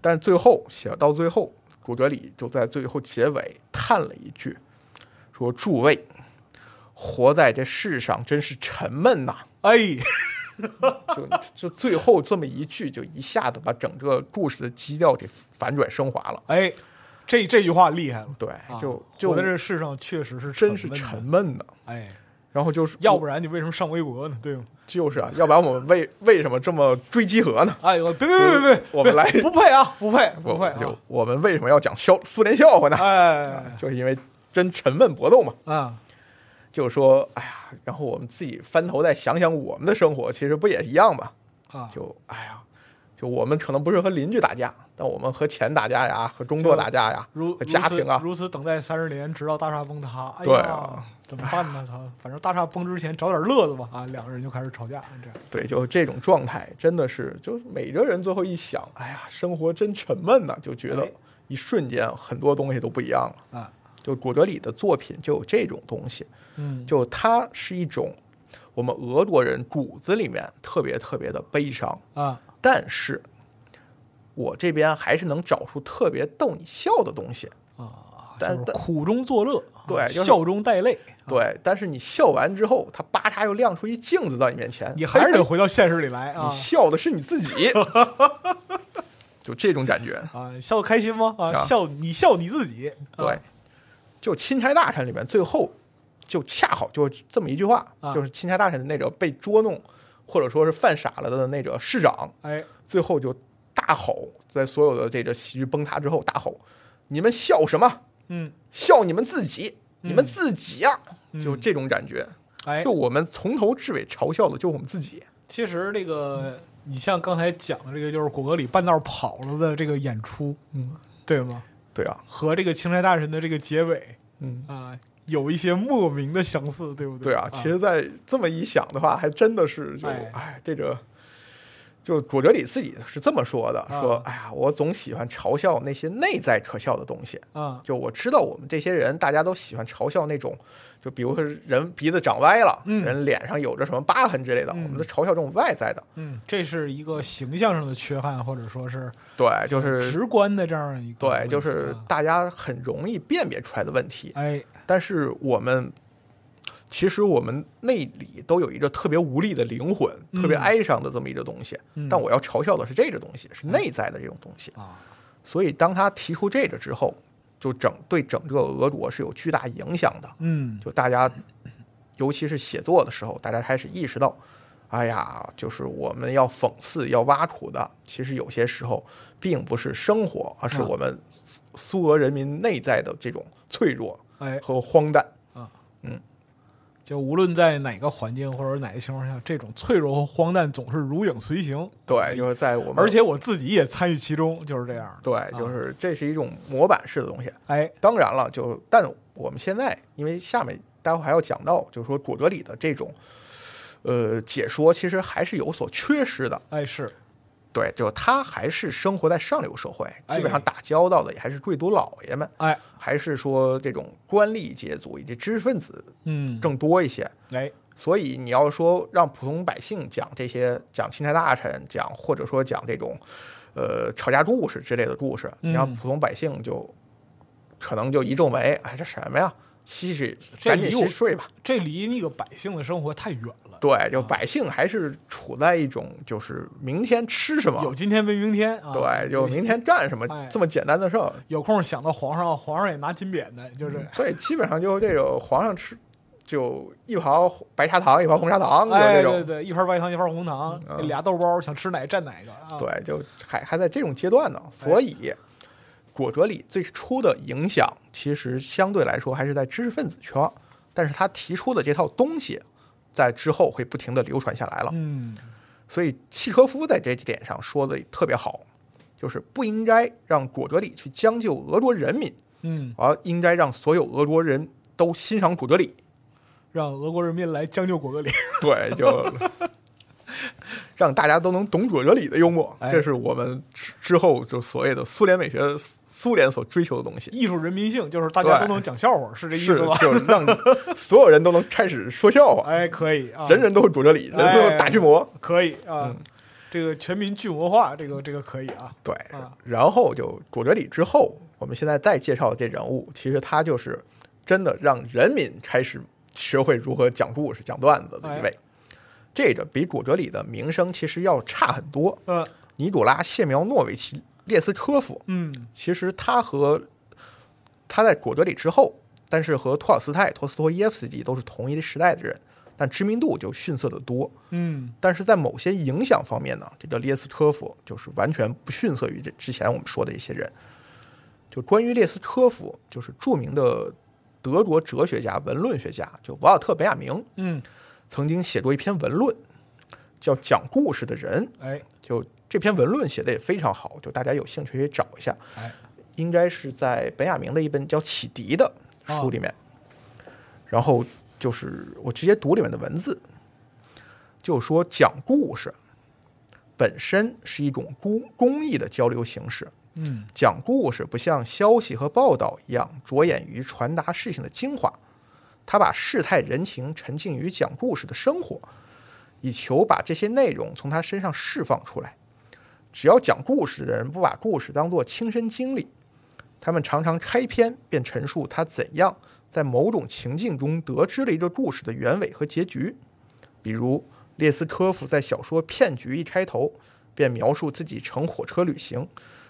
B: 但是最后写到最后，古德里就在最后结尾叹了一句，说：“诸位，活在这世上真是沉闷呐、
A: 哎，
B: 就就最后这么一句，就一下子把整个故事的基调给反转升华了。
A: 哎，这这句话厉害了，
B: 对
A: 啊，
B: 就就
A: 活在这世上确实是
B: 真是
A: 闷的
B: 沉，闷呐、
A: 哎，
B: 然后就是，
A: 要不然你为什么上微博呢？对吗？
B: 就是啊，要不然我们为为什么这么追集合呢？
A: 哎呦，别别别别别，
B: 我们来
A: 不配啊，不配，
B: 我
A: 不配啊，
B: 就我们为什么要讲笑苏联笑话呢？
A: 哎
B: 就是因为真沉闷搏斗嘛。
A: 啊，
B: 就是说，哎呀，然后我们自己翻头再想想我们的生活，其实不也一样吗？
A: 啊，
B: 就哎呀，就我们可能不是和邻居打架，但我们和钱打架呀，和工作打架呀，
A: 如
B: 和家庭啊，
A: 如此如此等待三十年，直到大厦崩塌。哎呀、
B: 对啊，
A: 怎么办呢？操，反正大厦崩之前找点乐子吧啊！两个人就开始吵架，这样
B: 对，就这种状态，真的是，就是每个人最后一想，哎呀，生活真沉闷呐、就觉得
A: 哎
B: 一瞬间很多东西都不一样了。
A: 啊，
B: 就古哲里的作品就有这种东西，
A: 嗯，
B: 就它是一种我们俄国人骨子里面特别特别的悲伤，
A: 啊
B: 但是我这边还是能找出特别逗你笑的东西。
A: 啊，就
B: 但
A: 是
B: 但
A: 苦中作乐，啊
B: 对就是哎
A: 笑中带泪，
B: 对，但是你笑完之后，它叭嚓又亮出一镜子到你面前，
A: 你还是得
B: 嘿嘿
A: 回到现实里来啊
B: 哎你笑的是你
A: <laughs>
B: 自己，就这种感觉。
A: 啊！笑得开心吗？啊，
B: 啊
A: 笑你笑你自己，啊
B: 对，就《钦差大臣》里面最后就恰好就这么一句话，
A: 啊
B: 就是钦差大臣的那个被捉弄或者说是犯傻了的那个市长，
A: 哎，
B: 最后就大吼，在所有的这个喜剧崩塌之后大吼：“你们笑什么？
A: 嗯，
B: 笑你们自己，你们自己呀、就
A: 嗯
B: 这种感觉。
A: 哎
B: 就，我们从头至尾嘲笑的就我们自己。
A: 其实这个你像刚才讲的这个，就是果戈里半道跑了的这个演出，
B: 嗯，
A: 对吗？
B: 对啊，
A: 和这个钦差大臣的这个结尾，
B: 嗯，
A: 啊，有一些莫名的相似，对不
B: 对
A: 对
B: 啊。其实，在这么一想的话，还真的是就
A: 哎
B: 哎，这个就佐哲里自己是这么说的：说
A: 啊
B: 哎呀，我总喜欢嘲笑那些内在可笑的东西。
A: 啊，
B: 就我知道我们这些人，大家都喜欢嘲笑那种，就比如说人鼻子长歪了，
A: 嗯
B: 人脸上有着什么疤痕之类的，
A: 嗯
B: 我们都嘲笑这种外在的。
A: 嗯，这是一个形象上的缺憾，或者说是
B: 对，就是
A: 直观的这样一个问
B: 对，
A: 题
B: 就是
A: 啊
B: 大家很容易辨别出来的问题。
A: 哎，
B: 但是我们其实我们内里都有一个特别无力的灵魂，
A: 嗯
B: 特别哀伤的这么一个东西。
A: 嗯哎
B: 但我要嘲笑的是这个东西，是内在的这种东西。
A: 啊，
B: 所以当他提出这个之后，就整对整个俄国是有巨大影响的。
A: 嗯，
B: 就大家，尤其是写作的时候，大家开始意识到，哎呀，就是我们要讽刺、要挖苦的，其实有些时候并不是生活，而是
A: 啊
B: 我们苏苏俄人民内在的这种脆弱
A: 哎，
B: 和荒诞。
A: 就无论在哪个环境或者哪个情况下，这种脆弱和荒诞总是如影随形。
B: 对，就是在我们，
A: 而且我自己也参与其中，就是这样。啊
B: 对，就是这是一种模板式的东西。
A: 哎，
B: 当然了，就但我们现在，因为下面待会还要讲到，就是说古德里的这种，呃，解说其实还是有所缺失的。
A: 哎是，
B: 对，就他还是生活在上流社会，
A: 哎
B: 基本上打交道的也还是贵族老爷们，
A: 哎，
B: 还是说这种官吏阶族以及知识分子
A: 嗯，
B: 更多一些。
A: 哎，
B: 所以你要说让普通百姓讲这些，讲钦差大臣，讲或者说讲这种，呃，吵架故事之类的故事，
A: 嗯
B: 你让普通百姓就可能就一皱眉，哎，这什么呀？洗洗，
A: 这
B: 赶紧
A: 离
B: 洗
A: 我
B: 洗睡吧。
A: 这离那个百姓的生活太远了，
B: 对，就百姓还是处在一种就是明天吃什么，
A: 有今天没明天啊。
B: 对，就
A: 有
B: 明天干什么
A: 哎
B: 这么简单的事儿。
A: 有空想到皇上，皇上也拿金匾的，就是
B: <laughs> 对，基本上就这种皇上吃，就一瓢白砂糖，一瓢红砂糖，就
A: 哎，
B: 这
A: 对
B: 种。
A: 对，一盘白糖，一盘红糖，
B: 嗯
A: 俩豆包，想吃哪蘸哪个啊。
B: 对，就还还在这种阶段
A: 哎
B: 呢，所以果戈里最初的影响，其实相对来说还是在知识分子圈儿，但是他提出的这套东西，在之后会不停的流传下来了。
A: 嗯，
B: 所以契科夫在这一点上说的特别好，就是不应该让果戈里去将就俄国人民，
A: 嗯，
B: 而应该让所有俄国人都欣赏果戈里。
A: 让俄国人民来将就果戈里。
B: <laughs> 对，就让大家都能懂果戈里的幽默，
A: 哎
B: 这是我们之之后就所谓的苏联美学，苏苏联所追求的东西。
A: <laughs> 艺术人民性就是大家
B: 对
A: 都能讲笑话，是这意
B: 是，
A: 思吧？
B: 就是让所有人都能开始说笑话，
A: 哎，可以啊，
B: 人人嗯都是果戈里，人人都是大巨魔。
A: 可以啊，这个全民巨文化，这个这个可以啊。
B: 对
A: 啊，
B: 然后就果戈里之后，我们现在再介绍的这人物，其实他就是真的让人民开始学会如何讲故事、讲段子的
A: 哎
B: 一位。这个比果戈里的名声其实要差很多。
A: 嗯
B: 尼古拉·谢苗诺维奇·列斯科夫，
A: 嗯
B: 其实他和他在果戈里之后，但是和托尔斯泰、托斯托耶夫斯基都是同一时代的人，但知名度就逊色得多。
A: 嗯，
B: 但是在某些影响方面呢，这个列斯科夫就是完全不逊色于这之前我们说的一些人。就关于列斯科夫，就是著名的德国哲学家、文论学家，就瓦尔特·本雅明，
A: 嗯，
B: 曾经写过一篇文论，叫《讲故事的人》。
A: 哎
B: 就这篇文论写的也非常好，就大家有兴趣可以找一下，
A: 哎，
B: 应该是在本雅明的一本叫《启迪》的书里面。然后就是我直接读里面的文字，就说讲故事本身是一种公公益的交流形式。
A: 嗯
B: 讲故事不像消息和报道一样着眼于传达事情的精华，他把世态人情沉浸于讲故事的生活，以求把这些内容从他身上释放出来。只要讲故事的人不把故事当作亲身经历，他们常常开篇便陈述他怎样在某种情境中得知了一个故事的原委和结局。比如，列斯科夫在小说《骗局》一开头便描述自己乘火车旅行，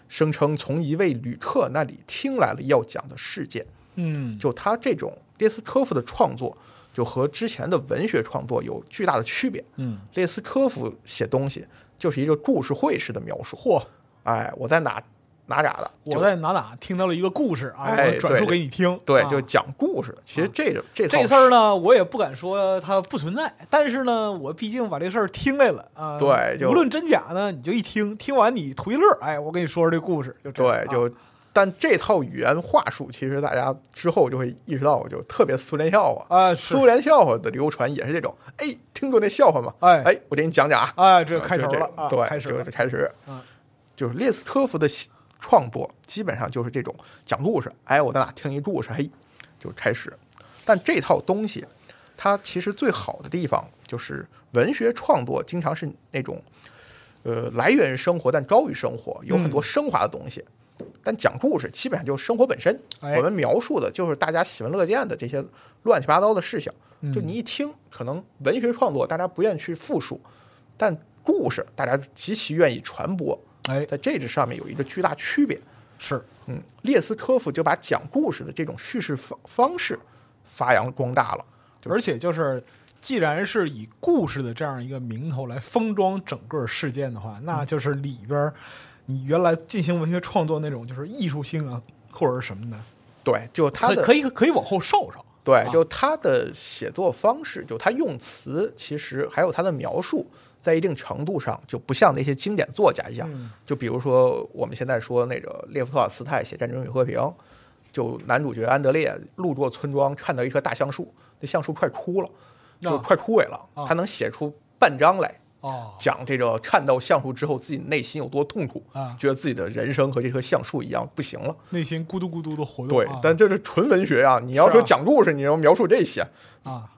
B: 声称从一位旅客那里听来了要讲的事件。
A: 嗯，
B: 就他这种列斯科夫的创作，就和之前的文学创作有巨大的区别。
A: 嗯，
B: 列斯科夫写东西就是一个故事会式的描述。嚯，哎，我在哪哪哪的，就
A: 我在哪哪听到了一个故事啊，
B: 哎
A: 我转述
B: 对
A: 给你听。
B: 对，
A: 啊
B: 就讲故事。其实这个这
A: 这
B: 套
A: 事儿呢，我也不敢说它不存在，但是呢，我毕竟把这事儿听来了啊。
B: 对就
A: 无论真假呢，你就一听，听完你图一乐，哎，我跟你说说这故事，就这啊样
B: 对，就但这套语言话术，其实大家之后就会意识到，就特别苏联笑话。
A: 啊，
B: 苏
A: 说
B: 联笑话的流传也是这种，哎，听过那笑话吗？
A: 哎
B: 哎，我给你讲讲啊。
A: 哎，这
B: 就
A: 开头
B: 就这
A: 了
B: 种
A: 啊，
B: 对，
A: 开始
B: 就
A: 了
B: 是，开始
A: 嗯，
B: 就是列斯科夫的写创作基本上就是这种讲故事，哎，我在哪听一故事，嘿，就开始。但这套东西，它其实最好的地方就是文学创作经常是那种，呃，来源于生活但高于生活，有很
A: 嗯
B: 多升华的东西。但讲故事基本上就是生活本身，
A: 哎
B: 我们描述的就是大家喜闻乐见的这些乱七八糟的事情。
A: 嗯
B: 就你一听，可能文学创作大家不愿意去复述，但故事大家极其愿意传播，
A: 哎，
B: 在这个上面有一个巨大区别。
A: 是，
B: 嗯，列斯科夫就把讲故事的这种叙事方方式发扬光大了。就
A: 而且就是，既然是以故事的这样一个名头来封装整个事件的话，
B: 嗯
A: 那就是里边儿你原来进行文学创作那种就是艺术性啊，或者是什么的，
B: 对，就他
A: 可
B: 的
A: 可以可以往后稍稍。
B: 对
A: 啊，
B: 就他的写作方式，就他用词，其实还有他的描述，在一定程度上就不像那些经典作家一样。
A: 嗯
B: 就比如说我们现在说那个列夫·托尔斯泰写《战争与和平》，就男主角安德烈路过村庄，看到一棵大橡树，那橡树快枯了，就
A: 啊
B: 快枯萎了，
A: 啊
B: 他能写出半章来。
A: 哦，
B: 讲这个看到橡树之后自己内心有多痛苦
A: 啊
B: 觉得自己的人生和这棵橡树一样不行了。
A: 内心咕嘟咕嘟的活动
B: 对，
A: 啊。
B: 但这是纯文学啊！你要
A: 是啊
B: 说讲故事，你要描述这些，
A: 啊，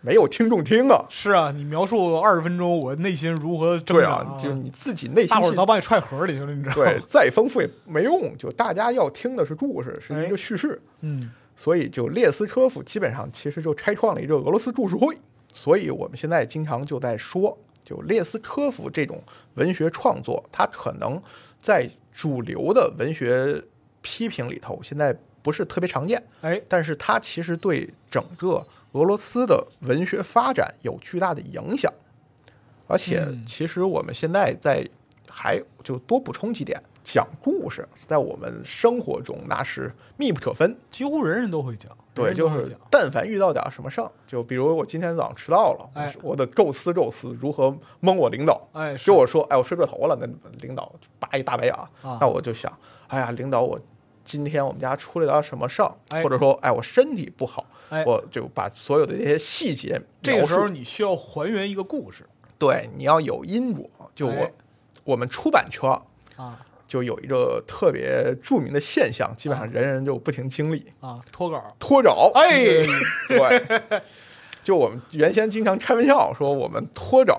B: 没有听众听啊。
A: 是啊，你描述二十分钟，我内心如何挣
B: 对
A: 扎、
B: 啊，就是你自己内心
A: 大伙儿
B: 是
A: 早把你踹盒里去了，你知道吗？
B: 对，再丰富也没用，就大家要听的是故事，是一
A: 哎
B: 个叙事。
A: 嗯，
B: 所以就列斯科夫基本上其实就开创了一个俄罗斯故事会。所以我们现在经常就在说，就列斯科夫这种文学创作，它可能在主流的文学批评里头现在不是特别常见，
A: 哎，
B: 但是它其实对整个俄罗斯的文学发展有巨大的影响。而且，其实我们现在在还就多补充几点，讲故事在我们生活中那是密不可分。
A: 几乎人人都会讲，
B: 对，
A: 人人
B: 就
A: 都会
B: 是
A: 讲
B: 嗯但凡遇到点什么事儿，就比如我今天早上迟到了，
A: 哎
B: 我得构思构思如何蒙我领导。
A: 哎，是
B: 就我说，哎，我睡过头了，那领导就扒一大白眼儿。
A: 啊
B: 那我就想，哎呀，领导，我今天我们家出了点什么事儿，
A: 哎
B: 或者说，哎，我身体不好，
A: 哎
B: 我就把所有的这些细节
A: 这个
B: 描
A: 时
B: 述
A: 候你需要还原一个故事
B: 对，你要有因果。就我、
A: 哎
B: 我们出版圈
A: 啊
B: 就有一个特别著名的现象，基本上
A: 啊
B: 人人就不停经历、
A: 啊，脱稿，
B: 脱稿。
A: 哎
B: 嗯， <laughs> 对，就我们原先经常开玩笑说，我们脱稿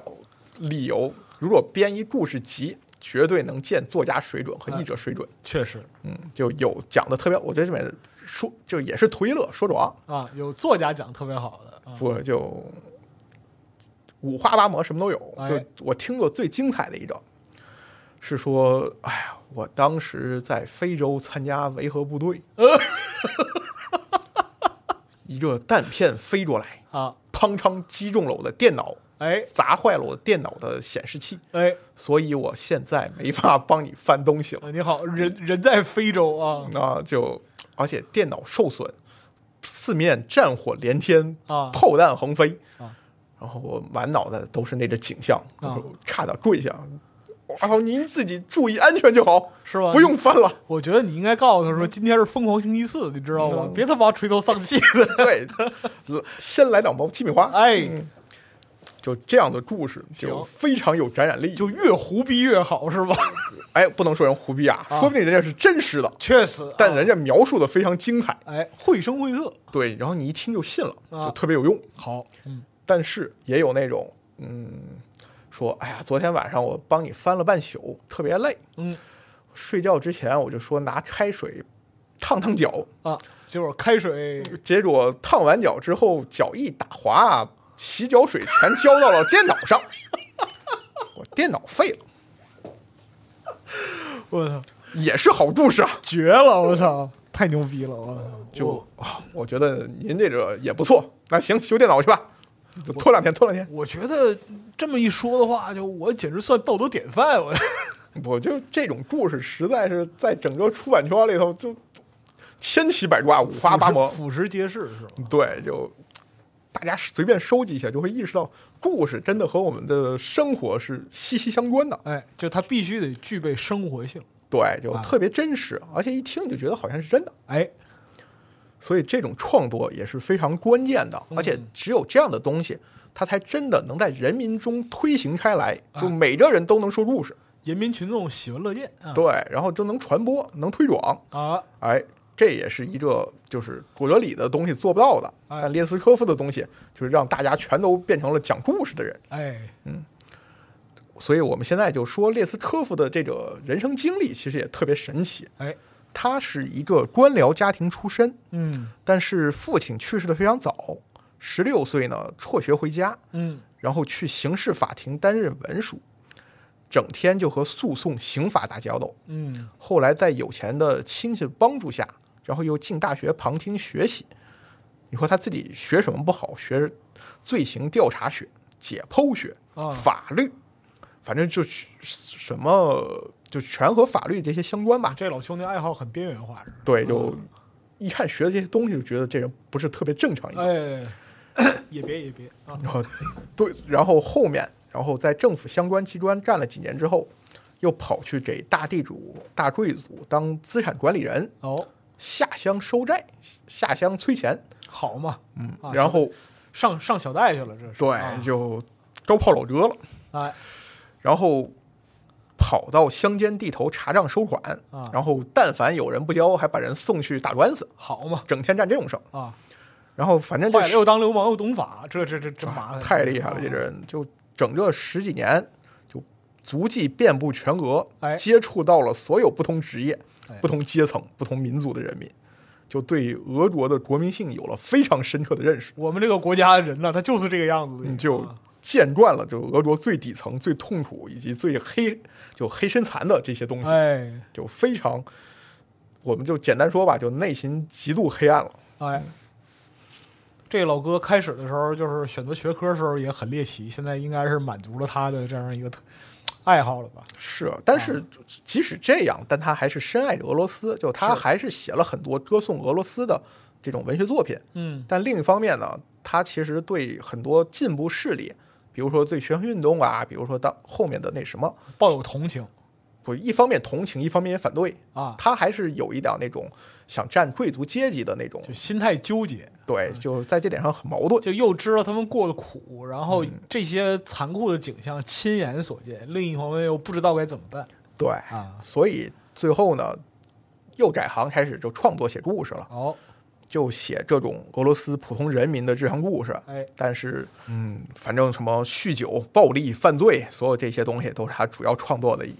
B: 理由，如果编一故事集，绝对能见作家水准和译者水准。
A: 确实
B: 嗯，就有讲的特别，我觉得这本书就也是推乐，说谎，
A: 啊，有作家讲特别好的啊，
B: 不就五花八门，什么都有。
A: 哎
B: 就我听过最精彩的一个是说，哎呀，我当时在非洲参加维和部队，一个弹片飞过来，
A: 啊，
B: 砰砰击中了我的电脑，
A: 哎
B: 砸坏了我电脑的显示器，
A: 哎，
B: 所以我现在没法帮你翻东西了。
A: 啊你好，人人在非洲啊
B: 那就而且电脑受损，四面战火连天
A: 啊
B: 炮弹横飞
A: 啊
B: 然后我满脑袋都是那个景象，
A: 啊
B: 我差点跪下。然后您自己注意安全就好，
A: 是吧
B: 不用翻了。 <laughs>
A: 我觉得你应该告诉他说，今天是疯狂星期四，你知道吗？
B: 嗯
A: 别他妈垂头丧气的。
B: 对，先来两包鸡米花。
A: 哎
B: 嗯就这样的故事就
A: 行
B: 非常有感染力。
A: 就越胡逼越好，是吧？ <laughs>
B: 哎，不能说人胡逼啊，
A: 啊
B: 说不定人家是真实的，
A: 确实，
B: 但
A: 啊
B: 人家描述的非常精彩。
A: 哎，绘声绘色，
B: 对，然后你一听就信了，
A: 啊
B: 就特别有用。
A: 好，嗯，
B: 但是也有那种，嗯，说，哎呀，昨天晚上我帮你翻了半宿，特别累，
A: 嗯
B: 睡觉之前我就说拿开水烫烫脚，
A: 啊，结果开水
B: 结果烫完脚之后脚一打滑，洗脚水全浇到了电脑上， <laughs> 我电脑废了，
A: 我操，
B: 也是好故事啊，
A: 绝了！我操，太牛逼了！我操，
B: 就啊，我觉得您这个也不错，那行，修电脑去吧，就拖两天，拖两天。
A: 我觉得这么一说的话，就我简直算道德典范。 <laughs> 我
B: 我就这种故事，实在是在整个出版圈里头就千奇百怪、五花八门。
A: 俯拾皆是是吧？
B: 对，就大家随便收集一下，就会意识到故事真的和我们的生活是息息相关的。
A: 哎，就他必须得具备生活性。
B: 对，就
A: 啊
B: 特别真实，而且一听就觉得好像是真的。
A: 哎，
B: 所以这种创作也是非常关键的，
A: 嗯
B: 而且只有这样的东西，它才真的能在人民中推行开来，
A: 啊
B: 就每个人都能说故事，
A: 人民群众喜闻乐见啊
B: 对，然后就能传播，能推广。
A: 啊！
B: 哎，这也是一个就是古哲里的东西做不到的，
A: 哎
B: 但列斯科夫的东西就是让大家全都变成了讲故事的人。
A: 哎，
B: 所以我们现在就说列斯科夫的这个人生经历其实也特别神奇。
A: 哎，
B: 他是一个官僚家庭出身，
A: 嗯
B: 但是父亲去世的非常早，十六岁呢辍学回家，
A: 嗯，
B: 然后去刑事法庭担任文书，整天就和诉讼、刑法打交道。
A: 嗯，
B: 后来在有钱的亲戚帮助下，然后又进大学旁听学习。你说他自己学什么不好？学罪行调查学、解剖学、
A: 啊
B: 法律，反正就是什么就全和法律这些相关吧。
A: 嗯这老兄弟爱好很边缘化，是吧
B: 对，就
A: 嗯
B: 一看学的这些东西，就觉得这人不是特别正常一样。
A: 哎，也别也别啊，
B: 然后对，然后后面，然后在政府相关机关干了几年之后，又跑去给大地主、大贵族当资产管理人。
A: 哦，
B: 下乡收债，下乡催钱，
A: 好嘛，嗯啊、
B: 然后
A: 上上上小贷去了，这是
B: 对
A: 啊
B: 就招炮老哥了，
A: 哎
B: 然后跑到乡间地头查账收款
A: 啊，
B: 然后但凡有人不交，还把人送去打官司，
A: 好嘛
B: 整天干这种事儿。
A: 啊，
B: 然后反正这
A: 坏了又当流氓又懂法，这这这真麻烦，
B: 太厉害了，这
A: 啊
B: 人就整个十几年就足迹遍布全俄
A: 哎，
B: 接触到了所有不同职业
A: 哎、
B: 不同阶层、不同民族的人民，就对俄国的国民性有了非常深刻的认识，
A: 我们这个国家的人呢，他就是这个样子的，啊
B: 你就见惯了就俄国最底层、最痛苦以及最黑就黑身残的这些东西，
A: 哎
B: 就非常，我们就简单说吧，就内心极度黑暗了。
A: 哎。这个老哥开始的时候，就是选择学科的时候也很猎奇，现在应该是满足了他的这样一个特爱好了吧？
B: 是，啊但是
A: 啊
B: 即使这样，但他还是深爱着俄罗斯，就他
A: 是
B: 还是写了很多歌颂俄罗斯的这种文学作品。
A: 嗯，
B: 但另一方面呢，他其实对很多进步势力，比如说对学生运动啊，比如说到后面的那什么，
A: 抱有同情
B: 不一方面同情，一方面也反对。
A: 啊，
B: 他还是有一点那种想占贵族阶级的那种
A: 就，心态纠结，
B: 对，就是在这点上很矛盾。
A: 就又知道他们过得苦，然后这些残酷的景象亲眼所见，另一方面又不知道该怎么办
B: 对，
A: 啊。
B: 所以最后呢，又改行开始就创作写故事了，
A: 好，
B: 就写这种俄罗斯普通人民的日常故事。
A: 哎，
B: 但是，嗯，反正什么酗酒、暴力、犯罪，所有这些东西都是他主要创作的一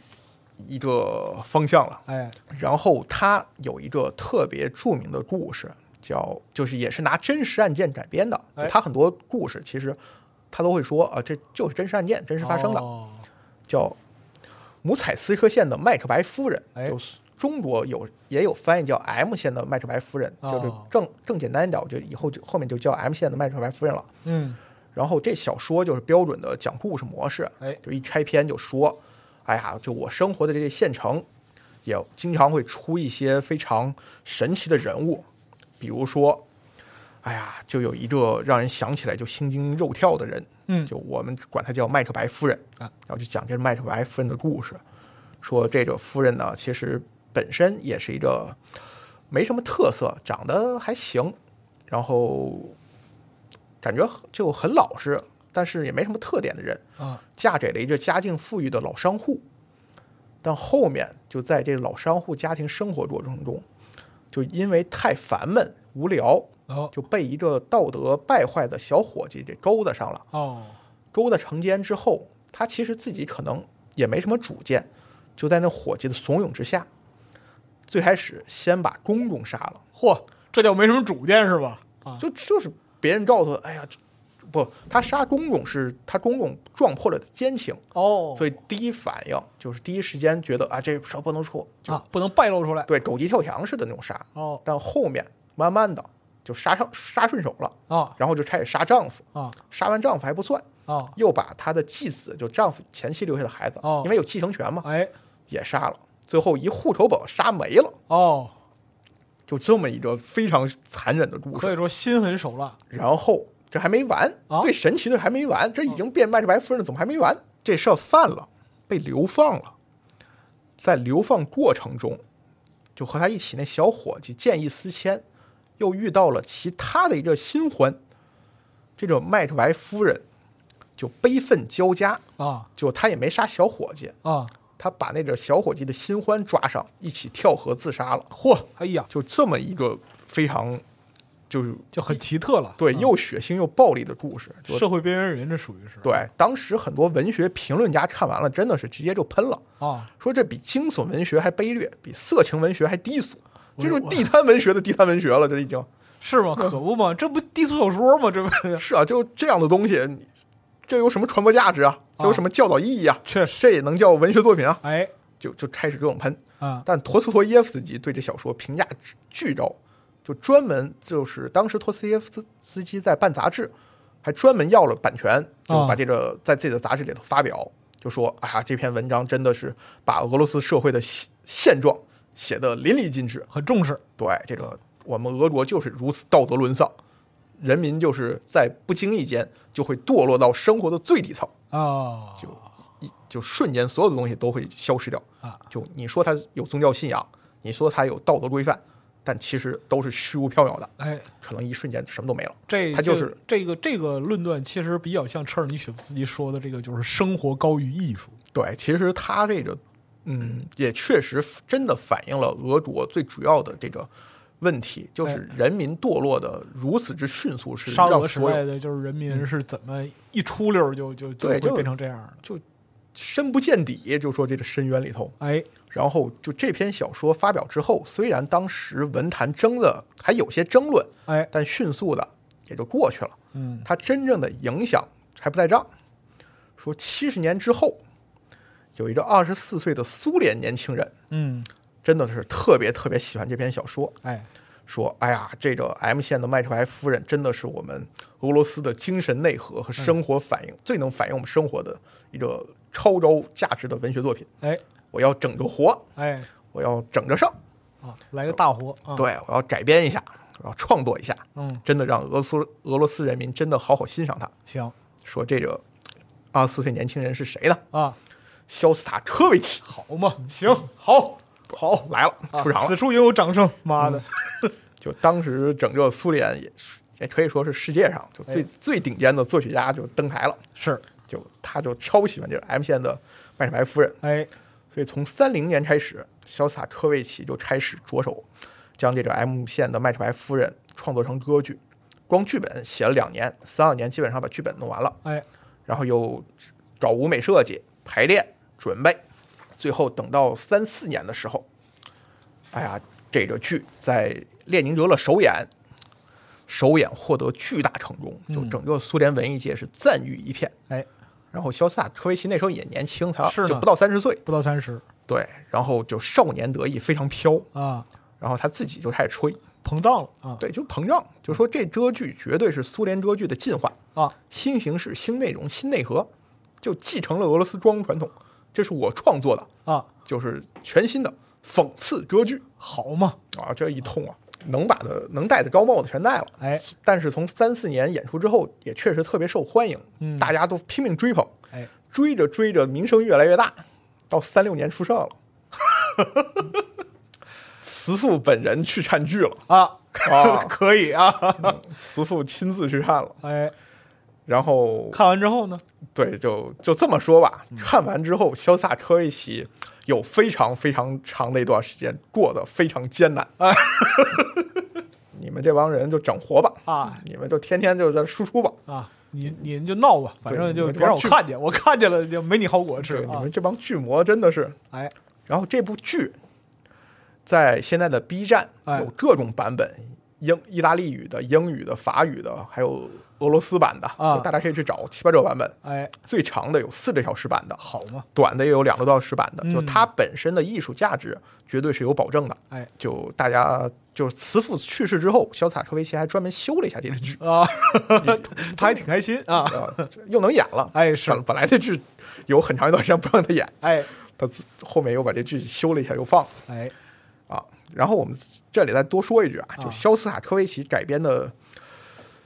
B: 一个方向了。
A: 哎，
B: 然后他有一个特别著名的故事，叫就是也是拿真实案件改编的。
A: 哎
B: 他很多故事其实他都会说啊，这就是真实案件，真实发生的，
A: 哦
B: 叫姆采斯克县的麦克白夫人。
A: 哎
B: 就中国有也有翻译叫 M 县的麦克白夫人，
A: 哦
B: 就是更更简单一点，我就以后就后面就叫 M 县的麦克白夫人了。
A: 嗯，
B: 然后这小说就是标准的讲故事模式，
A: 哎
B: 就一开篇就说，哎呀，就我生活的这个县城，也经常会出一些非常神奇的人物，比如说，哎呀，就有一个让人想起来就心惊肉跳的人，
A: 嗯
B: 就我们管她叫麦克白夫人
A: 啊
B: 然后就讲这麦克白夫人的故事，说这个夫人呢，其实本身也是一个没什么特色，长得还行，然后感觉很就很老实，但是也没什么特点的人，
A: 啊，
B: 嫁给了一个家境富裕的老商户。但后面就在这老商户家庭生活过程中，就因为太烦闷无聊，
A: 哦
B: 就被一个道德败坏的小伙计给勾搭上了。
A: 哦，
B: 勾搭成奸之后，他其实自己可能也没什么主见，就在那伙计的怂恿之下，最开始先把公公杀了。
A: 嚯，这叫没什么主见是吧？啊，
B: 就就是别人告诉他，哎呀，这不，他杀公公是他公公撞破了奸情，
A: 哦，
B: 所以第一反应就是第一时间觉得啊，这事儿不能说，就、
A: 啊，不能败露出来。
B: 对狗急跳墙似的那种杀。
A: 哦
B: 但后面慢慢的就杀上杀顺手了，
A: 啊
B: 然后就开始杀丈夫，
A: 啊
B: 杀完丈夫还不算，
A: 啊，
B: 又把他的继子，就丈夫前妻留下的孩子，
A: 哦
B: 因为有继承权嘛，
A: 哎
B: 也杀了。最后一户口本杀没了，
A: 哦，
B: 就这么一个非常残忍的故事
A: 所以。说心狠手辣。
B: 然后这还没完，
A: 啊
B: 最神奇的是还没完，这已经变麦克白夫人了，怎么还没完？这事儿犯了，被流放了。在流放过程中，就和他一起那小伙计见异思迁，又遇到了其他的一个新欢。这个麦克白夫人就悲愤交加，
A: 啊
B: 就他也没杀小伙计，
A: 啊！
B: 他把那个小伙计的新欢抓上，一起跳河自杀了。
A: 嚯，哎呀，
B: 就这么一个非常，就是
A: 就很奇特了。
B: 对
A: 啊
B: 又血腥又暴力的故事，就
A: 社会边缘人，这属于是
B: 对，当时很多文学评论家看完了，真的是直接就喷了，
A: 啊，
B: 说这比惊悚文学还卑劣，比色情文学还低俗，
A: 哎
B: 这就是
A: 我
B: 地摊文学的地摊文学了，这已经
A: 是 <laughs> 吗？可不嘛，这不低俗小说吗？这不
B: 是啊，就这样的东西，你这有什么传播价值啊？这有什么教导意义啊？
A: <laughs> 确实，
B: 这也能叫文学作品啊？
A: 哎
B: 就就开始这种喷。
A: 啊
B: 但陀思妥耶夫斯基对这小说评价巨高，就专门就是当时陀思妥耶夫斯斯基在办杂志，还专门要了版权，就把这个在自己的杂志里头发表，就说啊、这篇文章真的是把俄罗斯社会的现现状写得淋漓尽致。
A: 很重视
B: 对，这个我们俄国就是如此道德沦丧，人民就是在不经意间就会堕落到生活的最底层。
A: 啊，
B: 就一就瞬间所有的东西都会消失掉
A: 啊！
B: 就你说他有宗教信仰，你说他有道德规范，但其实都是虚无缥缈的，
A: 哎，
B: 可能一瞬间什么都没了。
A: 这
B: 他就是
A: 这个这个论断，其实比较像车尔尼雪夫斯基说的这个，就是生活高于艺术。
B: 对，其实他这个，嗯，也确实真的反映了俄国最主要的这个问题，就是人民堕落的如此之迅速，是
A: 沙
B: 让
A: 俄时
B: 所
A: 代
B: 有嗯
A: 的就是人民是怎么一出溜就就就
B: 对
A: 会
B: 就
A: 变成这样的。
B: 就深不见底，就说这个深渊里头。
A: 哎，
B: 然后就这篇小说发表之后，虽然当时文坛争的还有些争论，
A: 哎，
B: 但迅速的也就过去了。
A: 嗯，
B: 它真正的影响还不在这儿。说七十年之后，有一个二十四岁的苏联年轻人，
A: 嗯，
B: 真的是特别特别喜欢这篇小说，
A: 哎，
B: 说：“哎呀，这个 M 县的麦克白夫人真的是我们俄罗斯的精神内核和生活反应、
A: 嗯
B: 最能反映我们生活的一个超高价值的文学作品。
A: 哎，
B: 我要整着活，
A: 哎，
B: 我要整着上，
A: 啊，来个大活啊！，
B: 对我要改编一下，我要创作一下，
A: 嗯，
B: 真的让俄苏俄罗斯人民真的好好欣赏他。
A: 行
B: 说这个二十四岁年轻人是谁呢？
A: 啊，
B: 肖斯塔科维奇。
A: 好嘛，行，好，
B: 好，来了，
A: 啊
B: 嗯出场了。嗯
A: 此处也有掌声，妈的，
B: 就当时整个苏联也是也可以说是世界上就最、
A: 哎
B: 最顶尖的作曲家就登台了，
A: 是，
B: 就他就超喜欢这个 M 县的麦克白夫人，
A: 哎，
B: 所以从三零年开始，肖斯塔科维奇就开始着手将这个 M 县的麦克白夫人创作成歌剧，光剧本写了两年，三二年基本上把剧本弄完了，
A: 哎，
B: 然后又搞舞美设计、排练、准备，最后等到三四年的时候，哎呀，这个剧在列宁格勒首演，首演获得巨大成功，
A: 嗯
B: 就整个苏联文艺界是赞誉一片。
A: 哎，
B: 然后肖斯塔科维奇那时候也年轻，才
A: 是呢
B: 就不到三十岁，
A: 不到三十
B: 对，然后就少年得意，非常飘，
A: 啊，
B: 然后他自己就开始吹，
A: 膨胀了啊，
B: 对，就膨胀，就说这歌剧绝对是苏联歌剧的进化。
A: 啊，
B: 新形式、新内容、新内核，就继承了俄罗斯光传统。这是我创作的，
A: 啊，
B: 就是全新的讽刺歌剧
A: 好嘛，
B: 啊！这一通啊，能把的能戴的高帽子全戴了。
A: 哎，
B: 但是从三四年演出之后，也确实特别受欢迎，
A: 嗯
B: 大家都拼命追捧，
A: 哎，
B: 追着追着名声越来越大，到三六年出事儿了，
A: <laughs>
B: 慈父本人去看剧了
A: 啊，！
B: 啊
A: 可 <laughs> 以啊，
B: 嗯慈父亲自去看了，
A: 哎，
B: 然后
A: 看完之后呢，
B: 对，就就这么说吧。
A: 嗯
B: 看完之后，肖萨科维奇有非常非常长的一段时间过得非常艰难。
A: 哎
B: <laughs> 你们这帮人就整活吧
A: 啊！
B: 你们就天天就在这输出吧。
A: 啊，你你就闹吧，反正就
B: 你们
A: 别让我
B: 去
A: 看见，我看见了就没你好果吃
B: 对，你
A: 啊
B: 们，这帮巨魔真的是。
A: 哎，
B: 然后这部剧在现在的 B 站
A: 哎
B: 有各种版本，英、意大利语的、英语的、法语的，还有俄罗斯版的，
A: 啊
B: 就大家可以去找七八个版本。
A: 哎，
B: 最长的有四个小时版的，
A: 好嘛，
B: 短的也有两个多小时版的，
A: 嗯
B: 就它本身的艺术价值绝对是有保证的。
A: 哎，，
B: 就大家就是慈父去世之后，肖斯塔科维奇还专门修了一下这个剧
A: 啊， <laughs> 他还挺开心啊，
B: <laughs> 呃，又能演了。
A: 哎是
B: 本本来这剧有很长一段时间不让他演，
A: 哎，
B: 他自后面又把这剧修了一下又放了
A: 哎，
B: 啊。然后我们这里再多说一句啊，
A: 啊
B: 就肖斯塔科维奇改编的，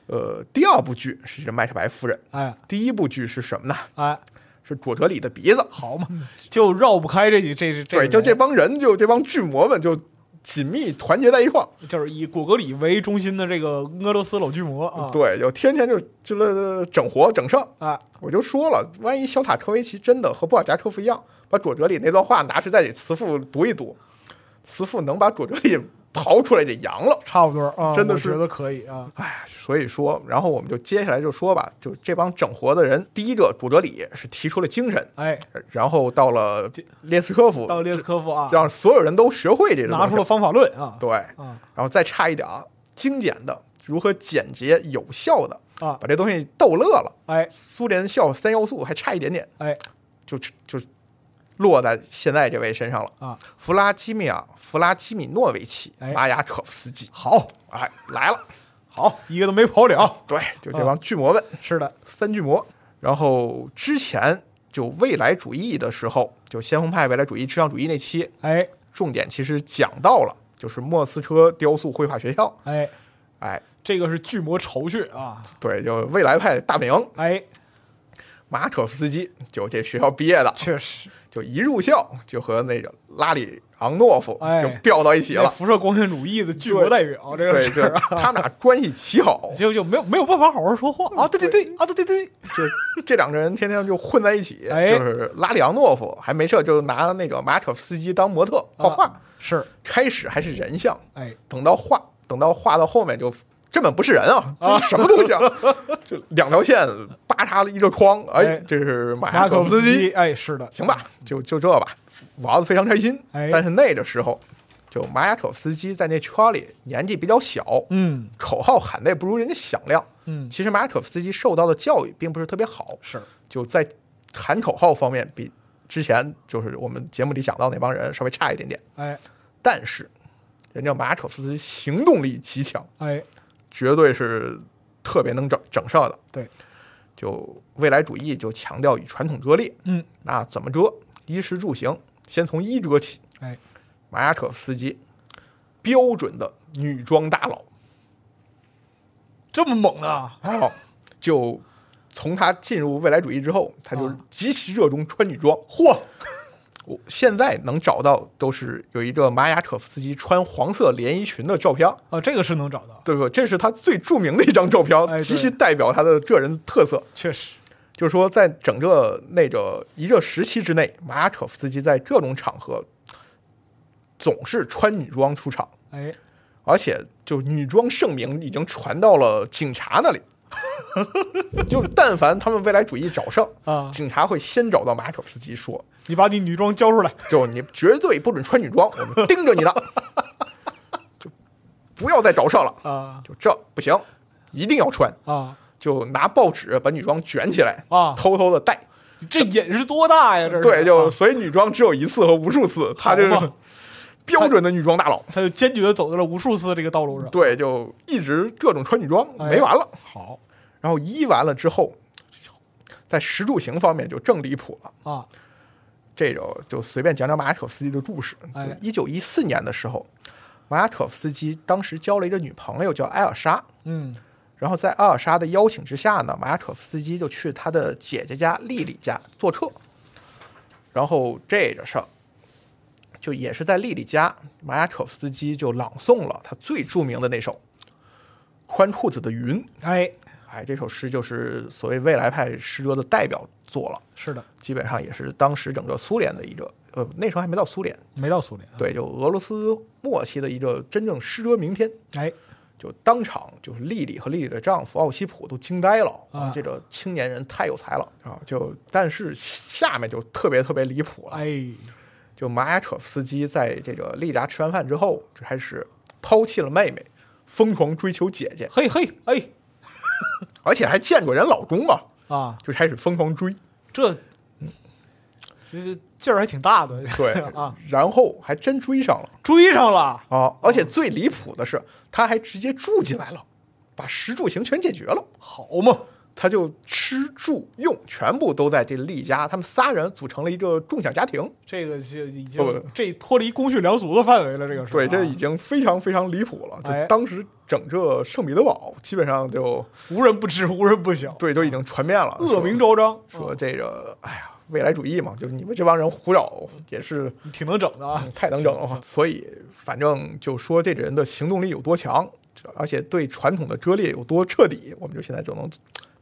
B: 呃，第二部剧是这《麦克白夫人》，
A: 哎，
B: 第一部剧是什么呢？
A: 哎，
B: 是佐哲里的鼻子。
A: 好嘛，就绕不开这几这这
B: 嗯
A: 这，
B: 对，就这，帮人就这帮巨魔们就紧密团结在一块儿。
A: 就是以果戈里为中心的这个俄罗斯老巨魔啊，
B: 对，就天天就就了整活整上。
A: 啊，
B: 我就说了，万一小塔科维奇真的和布尔加科夫一样，把佐哲里那段话拿出再给慈父读一读，慈父能把佐哲里刨出来给扬了。
A: 差不多啊，
B: 真的
A: 我
B: 是
A: 觉得可以啊，
B: 哎，所以说，然后我们就接下来就说吧，就这帮整活的人，第一个佐哲里是提出了精神，
A: 哎，
B: 然后到了列斯科夫，
A: 到列斯科夫啊，
B: 让所有人都学会这个
A: 拿
B: 东
A: 出
B: 西
A: 了方法论啊，
B: 对，
A: 啊
B: 然后再差一点儿精简的，如何简洁有效的
A: 啊
B: 把，这东西逗乐了。
A: 哎
B: 苏联笑三要素还差一点点，
A: 哎
B: 就就落在现在这位身上了。
A: 啊，
B: 弗拉基米尔·弗拉基米诺维奇
A: 哎
B: ·马雅可夫斯基，
A: 好，
B: 哎，来
A: <laughs>
B: 了，
A: 好，一个都没跑了，
B: 对，就
A: 嗯
B: 这帮巨魔们，
A: 是的，
B: 三巨魔。然后之前就未来主义的时候，就先锋派未来主义、至上主义那期，
A: 哎
B: 重点其实讲到了，就是莫斯科雕塑绘画学校，
A: 哎，
B: 哎，
A: 这个是巨魔巢穴啊，
B: 对，就未来派大本营
A: 哎，
B: 马可夫斯基，就这学校毕业的，
A: 确实，
B: 就一入校就和那个拉里昂诺夫
A: 哎
B: 就飙到一起
A: 那
B: 了，
A: 辐射光线主义的巨魔代表，这个
B: 对，
A: 事
B: 就
A: 儿啊，，
B: 他们俩关系奇好
A: <laughs> 就就没有没有办法好好说话
B: 嗯
A: 啊，对对对啊，对对对，
B: 就这两个人天天就混在一起，
A: 哎
B: 就是拉里昂诺夫还没事就拿那个马可夫斯基当模
A: 啊
B: 特画画，
A: 是，
B: 开始还是人像，
A: 哎
B: 等到画等到画到后面就根本不是人啊，这是什么东西啊？ <laughs> 就两条线叭嚓一个框，
A: 哎
B: 哎，这是马
A: 马
B: 可
A: 可
B: 夫
A: 夫
B: 斯
A: 斯
B: 基
A: 基，，哎，是的，
B: 行吧，就就这吧。娃子非常开心，
A: 哎
B: 但是那个时候，就马雅可夫斯基在那圈里年纪比较小，
A: 嗯
B: 口号喊的也不如人家响亮。
A: 嗯，
B: 其实马雅可夫斯基受到的教育并不是特别好，
A: 是，
B: 就在喊口号方面比之前就是我们节目里讲到那帮人稍微差一点点。
A: 哎
B: 但是，人家马雅可夫斯基行动力极强，
A: 哎，
B: 绝对是特别能整整事儿的。
A: 对，
B: 就未来主义就强调与传统割裂，
A: 嗯，
B: 那怎么遮？衣食住行，先从衣遮起。
A: 哎，
B: 马雅可夫斯基，标准的女装大佬。
A: 这么猛啊！
B: 哦，就从他进入未来主义之后，他就
A: 啊
B: 极其热衷穿女装。嚯、我现在能找到都是有一个马雅可夫斯基穿黄色连衣裙的照片，
A: 啊，这个是能找到，
B: 对不对？这是他最著名的一张照片，
A: 哎对
B: 极其代表他的个人特色。
A: 确实，
B: 就是说，在整个那个一个时期之内，马雅可夫斯基在各种场合总是穿女装出场，
A: 哎，
B: 而且就女装盛名已经传到了警察那里。 <laughs> 就但凡他们未来主义找事儿
A: 啊
B: 警察会先找到马可夫斯基说
A: 你把你女装交出来，：“
B: 就你绝对不准穿女装，我们盯着你呢， <laughs> 就不要再找事儿了。
A: 啊
B: 就这不行，一定要穿。
A: 啊，
B: 就拿报纸把女装卷起来
A: 啊
B: 偷偷的带。
A: 这瘾是多大呀？这是
B: 对，就
A: 啊
B: 所以女装只有一次和无数次，他就
A: 好
B: 是
A: 嘛
B: 标准的女装大佬。
A: 他就坚决的走在了无数次这个道路上。
B: 对，就一直各种穿女装，
A: 哎
B: 没完了。
A: 好
B: 然后一完了之后，在食住行方面就更离谱了。
A: 啊，
B: 这个就随便讲讲马雅可夫斯基的故事
A: 哎。
B: 一九一四年的时候，马雅可夫斯基当时交了一个女朋友叫艾尔莎，
A: 嗯
B: 然后在艾尔莎的邀请之下呢，马雅可夫斯基就去他的姐姐家丽丽家做客。然后这个事儿，就也是在丽丽家，马雅可夫斯基就朗诵了他最著名的那首《宽裤子的云》。
A: 哎，
B: 哎，这首诗就是所谓未来派诗歌的代表作了，
A: 是的，
B: 基本上也是当时整个苏联的一个，呃，那时候还没到苏联，
A: 没到苏联啊。
B: 对，就俄罗斯末期的一个真正诗歌名篇。
A: 哎，
B: 就当场就是丽丽和丽丽的丈夫奥西普都惊呆了
A: 啊
B: 这个青年人太有才了啊！就但是下面就特别特别离谱了，
A: 哎，
B: 就马雅可夫斯基在这个丽丽家吃完饭之后，就开始抛弃了妹妹，疯狂追求姐姐，
A: 嘿嘿，哎
B: 而且还见过人老公啊，
A: 啊，
B: 就开始疯狂追，
A: 这这这劲儿还挺大的。
B: 对
A: <laughs> 啊，哦
B: 然后还真追上了
A: 追上了，
B: 啊！而且最离谱的是，他还直接住进来了，把食住行全解决了。
A: 好嘛，
B: 他就吃住用全部都在这丽家，他们仨人组成了一个共享家庭。
A: 这个就已
B: 不
A: 经这脱离公序良俗的范围了，这个是
B: 对，
A: 啊
B: 这已经非常非常离谱了。
A: 哎
B: 就当时整个圣彼得堡基本上就
A: 无人不知，无人不晓，
B: 对，都已经传遍了，
A: 啊恶名昭
B: 说
A: 彰，啊
B: 说这个，哎呀，未来主义嘛，就是你们这帮人胡扰也是
A: 嗯挺能整的啊。
B: 太能整了。所以反正就说这个人的行动力有多强，而且对传统的割裂有多彻底，我们就现在就能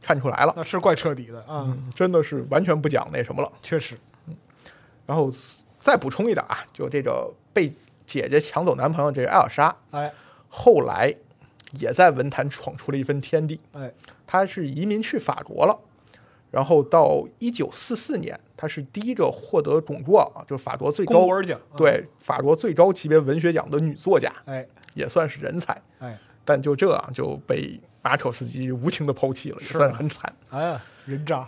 B: 看出来了。
A: 那是怪彻底的啊，
B: 真的是完全不讲那什么了。
A: 确实
B: 然后再补充一点啊，就这个被姐姐抢走男朋友这个艾尔莎，
A: 哎
B: 后来也在文坛闯出了一番天地。
A: 哎，
B: 她是移民去法国了，然后到一九四四年，她是第一个获得龚多尔，就是法国最
A: 龚
B: 高
A: 博尔奖，啊，
B: 对法国最高级别文学奖的女作家，
A: 哎
B: 也算是人才。
A: 哎
B: 但就这样就被马可夫斯基无情的抛弃了，也算是很惨。
A: 哎呀，人渣，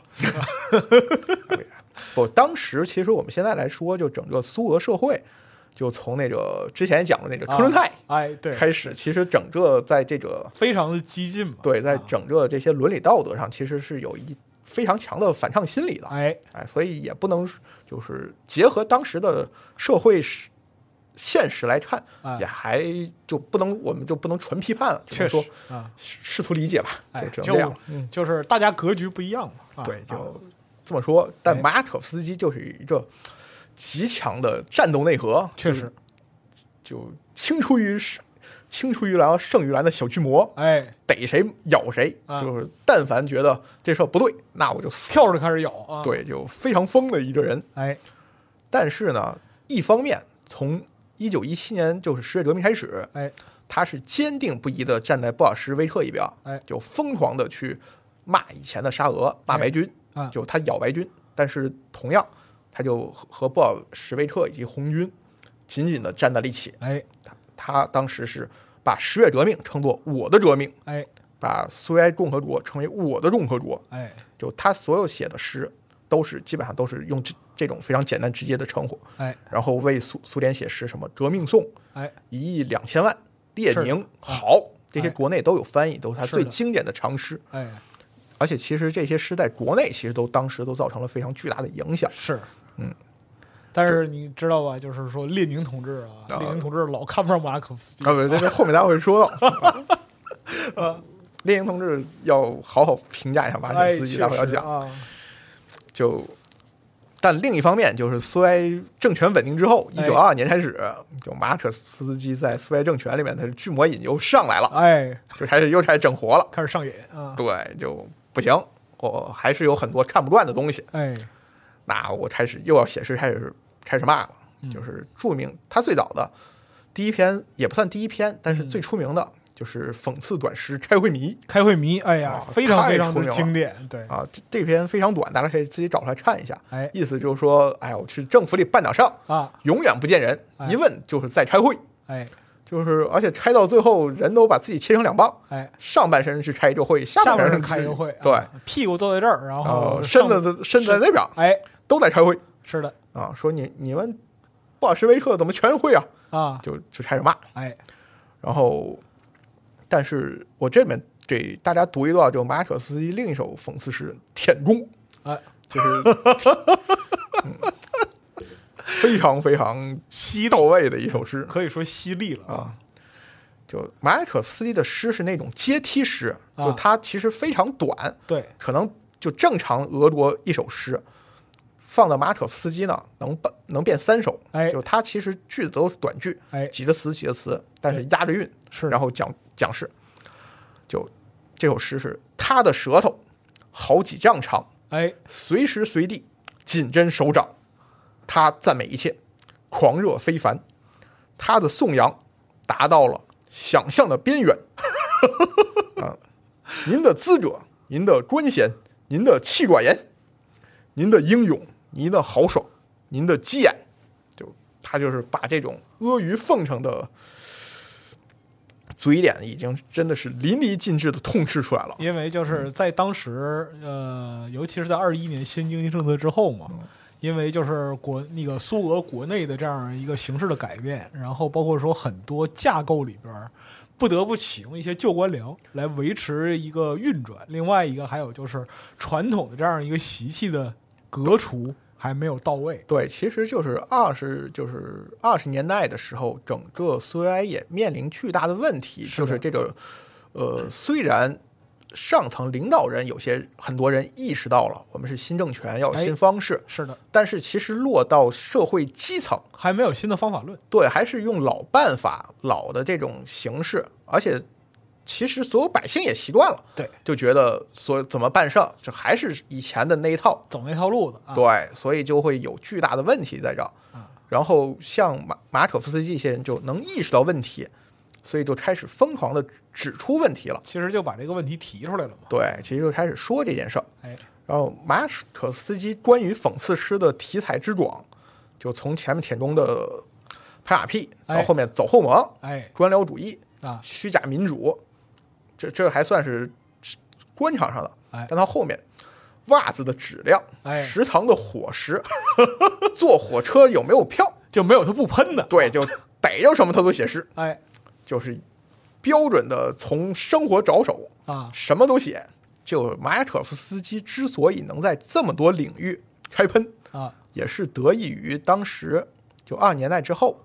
B: 不，当时其实我们现在来说，就整个苏俄社会，就从那个之前讲的那个
A: 啊
B: 克伦泰
A: 哎对，
B: 开始，其实整个在这个
A: 非常的激进嘛，
B: 对，在
A: 啊
B: 整个这些伦理道德上，其实是有一非常强的反抗心理的。
A: 哎
B: 哎，所以也不能就是结合当时的社会实现实来看
A: 哎，
B: 也还就不能，我们就不能纯批判了，只
A: 确实
B: 能说
A: 啊，
B: 试试图理解吧，
A: 哎
B: 就只能这样。嗯
A: 就是大家格局不一样嘛，啊
B: 对，
A: 啊
B: 就这么说。但
A: 哎
B: 马可夫斯基就是一个极强的战斗内核，
A: 确实，
B: 就青出于青出于蓝而胜于蓝的小巨魔，
A: 哎
B: 逮谁咬谁，
A: 啊
B: 就是但凡觉得这事儿不对，那我就死。
A: 跳着开始咬啊，，
B: 对，就非常疯的一个人。
A: 哎
B: 但是呢，一方面从一九一七年就是十月革命开始，
A: 哎
B: 他是坚定不移的站在布尔什维克一边，
A: 哎，
B: 就疯狂的去骂以前的沙俄，骂白军，
A: 哎啊
B: 就他咬白军，但是同样，他就和和布尔什维克以及红军紧紧的站在了一起。
A: 哎
B: 他当时是把十月革命称作我的革命，
A: 哎
B: 把苏维埃共和国称为我的共和国，
A: 哎
B: 就他所有写的诗都是基本上都是用这这种非常简单直接的称呼，
A: 哎
B: 然后为苏苏联写诗，什么革命颂、
A: 哎，
B: 一亿两千万、列
A: 是的
B: 宁好，这些
A: 哎
B: 国内都有翻译，都是他
A: 是
B: 最
A: 的
B: 经典的长诗。
A: 哎
B: 而且其实这些诗在国内其实都当时都造成了非常巨大的影响。
A: 是，
B: 嗯。
A: 但是你知道吧？就是说，列宁同志啊，
B: 啊
A: 列宁同志老看不上马可夫斯基。
B: 啊，不，这个后面大家会说到。啊列宁同志要好好评价一下马可
A: 哎，
B: 夫斯基，
A: 确
B: 待会儿要
A: 实
B: 讲。
A: 啊，
B: 就，但另一方面，就是苏维埃政权稳定之后，一
A: 哎
B: 九二二年开始，就马可斯基在苏维埃政权里面，他是巨魔瘾又上来了，
A: 哎，
B: 就开始又开始整活了。
A: 开始上瘾啊，
B: 对，就不行，我还是有很多看不惯的东西。
A: 哎
B: 那我开始又要写诗，开始开始骂了，
A: 嗯
B: 就是著名，他最早的第一篇也不算第一篇，但是
A: 嗯
B: 最出名的就是讽刺短诗《开会迷
A: 开会迷，哎呀，
B: 啊
A: 非常
B: 太
A: 非常
B: 出
A: 的
B: 名了
A: 经典，对》，
B: 啊，这这篇非常短，大家可以自己找出来看一下。
A: 哎
B: 意思就是说，哎，我去政府里办点事儿，
A: 啊，
B: 永远不见人，
A: 哎
B: 一问就是在开会，
A: 哎
B: 就是而且拆到最后，人都把自己切成两半，
A: 哎，
B: 上半身去开一个会，下
A: 下边
B: 半身
A: 人开一个会，
B: 对，
A: 啊，屁股坐在这儿，然
B: 然后
A: 后
B: 身
A: 上
B: 子身子在那边
A: 哎，
B: 都在开会
A: 是的
B: 啊，说你你们布尔什维克怎么全会啊？
A: 啊，
B: 就就开始骂，
A: 哎
B: 然后，但是我这里面给大家读一段，就马可斯基另一首讽刺诗《舔供》，
A: 哎，
B: 就是、嗯非常非常
A: 犀
B: 到
A: 利，
B: 位的一首诗
A: <laughs> 可以说犀利了
B: 啊。就马可斯基的诗是那种阶梯诗，
A: 啊
B: 就它其实非常短，
A: 对，
B: 可能就正常俄国一首诗，放到马可夫斯基呢，能办能变三首。
A: 哎
B: 就他其实句子都是短句，
A: 哎
B: 几个词几个词，但是押着韵，
A: 是
B: 然后讲讲事。就这首诗是他的舌头好几丈长，
A: 哎
B: 随时随地紧针手掌，他赞美一切，狂热非凡，他的颂扬达到了想象的边缘。啊，您的资格，您的官衔，您的气管炎，您的英勇，您的豪爽，您的鸡眼，就他就是把这种阿谀奉承的。嘴脸已经真的是淋漓尽致的痛斥出来了，
A: 因为就是在当时，呃，尤其是在二一年新经济政策之后嘛，因为就是国那个苏俄国内的这样一个形势的改变，然后包括说很多架构里边儿不得不启用一些旧官僚来维持一个运转，另外一个还有就是传统的这样一个习气的革除还没有到位，
B: 对，其实就是二十，就是二十年代的时候，整个苏维埃也面临巨大的问题，
A: 是
B: 就
A: 的
B: 是这个，呃，虽然上层领导人有些很多人意识到了我们是新政权，要有
A: 哎
B: 新方式，
A: 是的，
B: 但是其实落到社会基层，
A: 还没有新的方法论，
B: 对，还是用老办法、老的这种形式，而且其实所有百姓也习惯了，
A: 对，
B: 就觉得所怎么办事儿，这还是以前的那一套，
A: 走那套路子啊，
B: 对，所以就会有巨大的问题在这儿
A: 啊。
B: 然后像马马可夫斯基一些人就能意识到问题，所以就开始疯狂的指出问题了。
A: 其实就把这个问题提出来了嘛，
B: 对，其实就开始说这件事儿。
A: 哎，
B: 然后马可夫斯基关于讽刺诗的题材之广，就从前面舔中的拍马屁，到
A: 哎
B: 后面走后门、
A: 哎
B: 官僚主义、
A: 啊，
B: 虚假民主，这这还算是官场上的。
A: 哎
B: 但到后面，袜子的质量、
A: 哎
B: 食堂的伙食、 <laughs> 坐火车有没有票，
A: 就没有他不喷的，
B: 对，就逮着什么他都写诗，
A: 哎
B: 就是标准的从生活着手，
A: 啊，
B: 什么都写。就马雅可夫斯基之所以能在这么多领域开喷，
A: 啊，
B: 也是得益于当时就二十年代之后，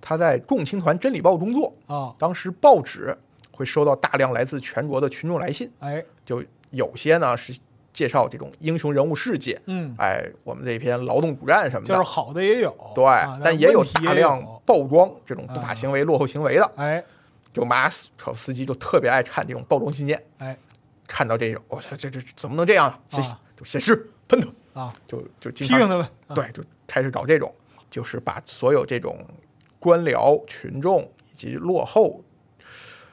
B: 他在共青团真理报工作，
A: 啊，
B: 当时报纸会收到大量来自全国的群众来信，
A: 哎，
B: 就有些呢是介绍这种英雄人物事迹，
A: 嗯，
B: 哎，我们这篇劳动骨干什么
A: 就
B: 的，
A: 是好的也有，
B: 嗯对，
A: 啊
B: 但
A: 也
B: 也有大量
A: 有
B: 曝光这种不法行为、落后行为的。
A: 哎
B: 就马可夫斯基就特别爱看这种曝光信件，
A: 哎
B: 看到这种，我操，这这这怎么能这样啊？写
A: 啊
B: 就写诗喷他，
A: 啊，
B: 就就经
A: 批
B: 常
A: 评他们，啊，
B: 对，就开始搞这种，就是把所有这种官僚、群众以及落后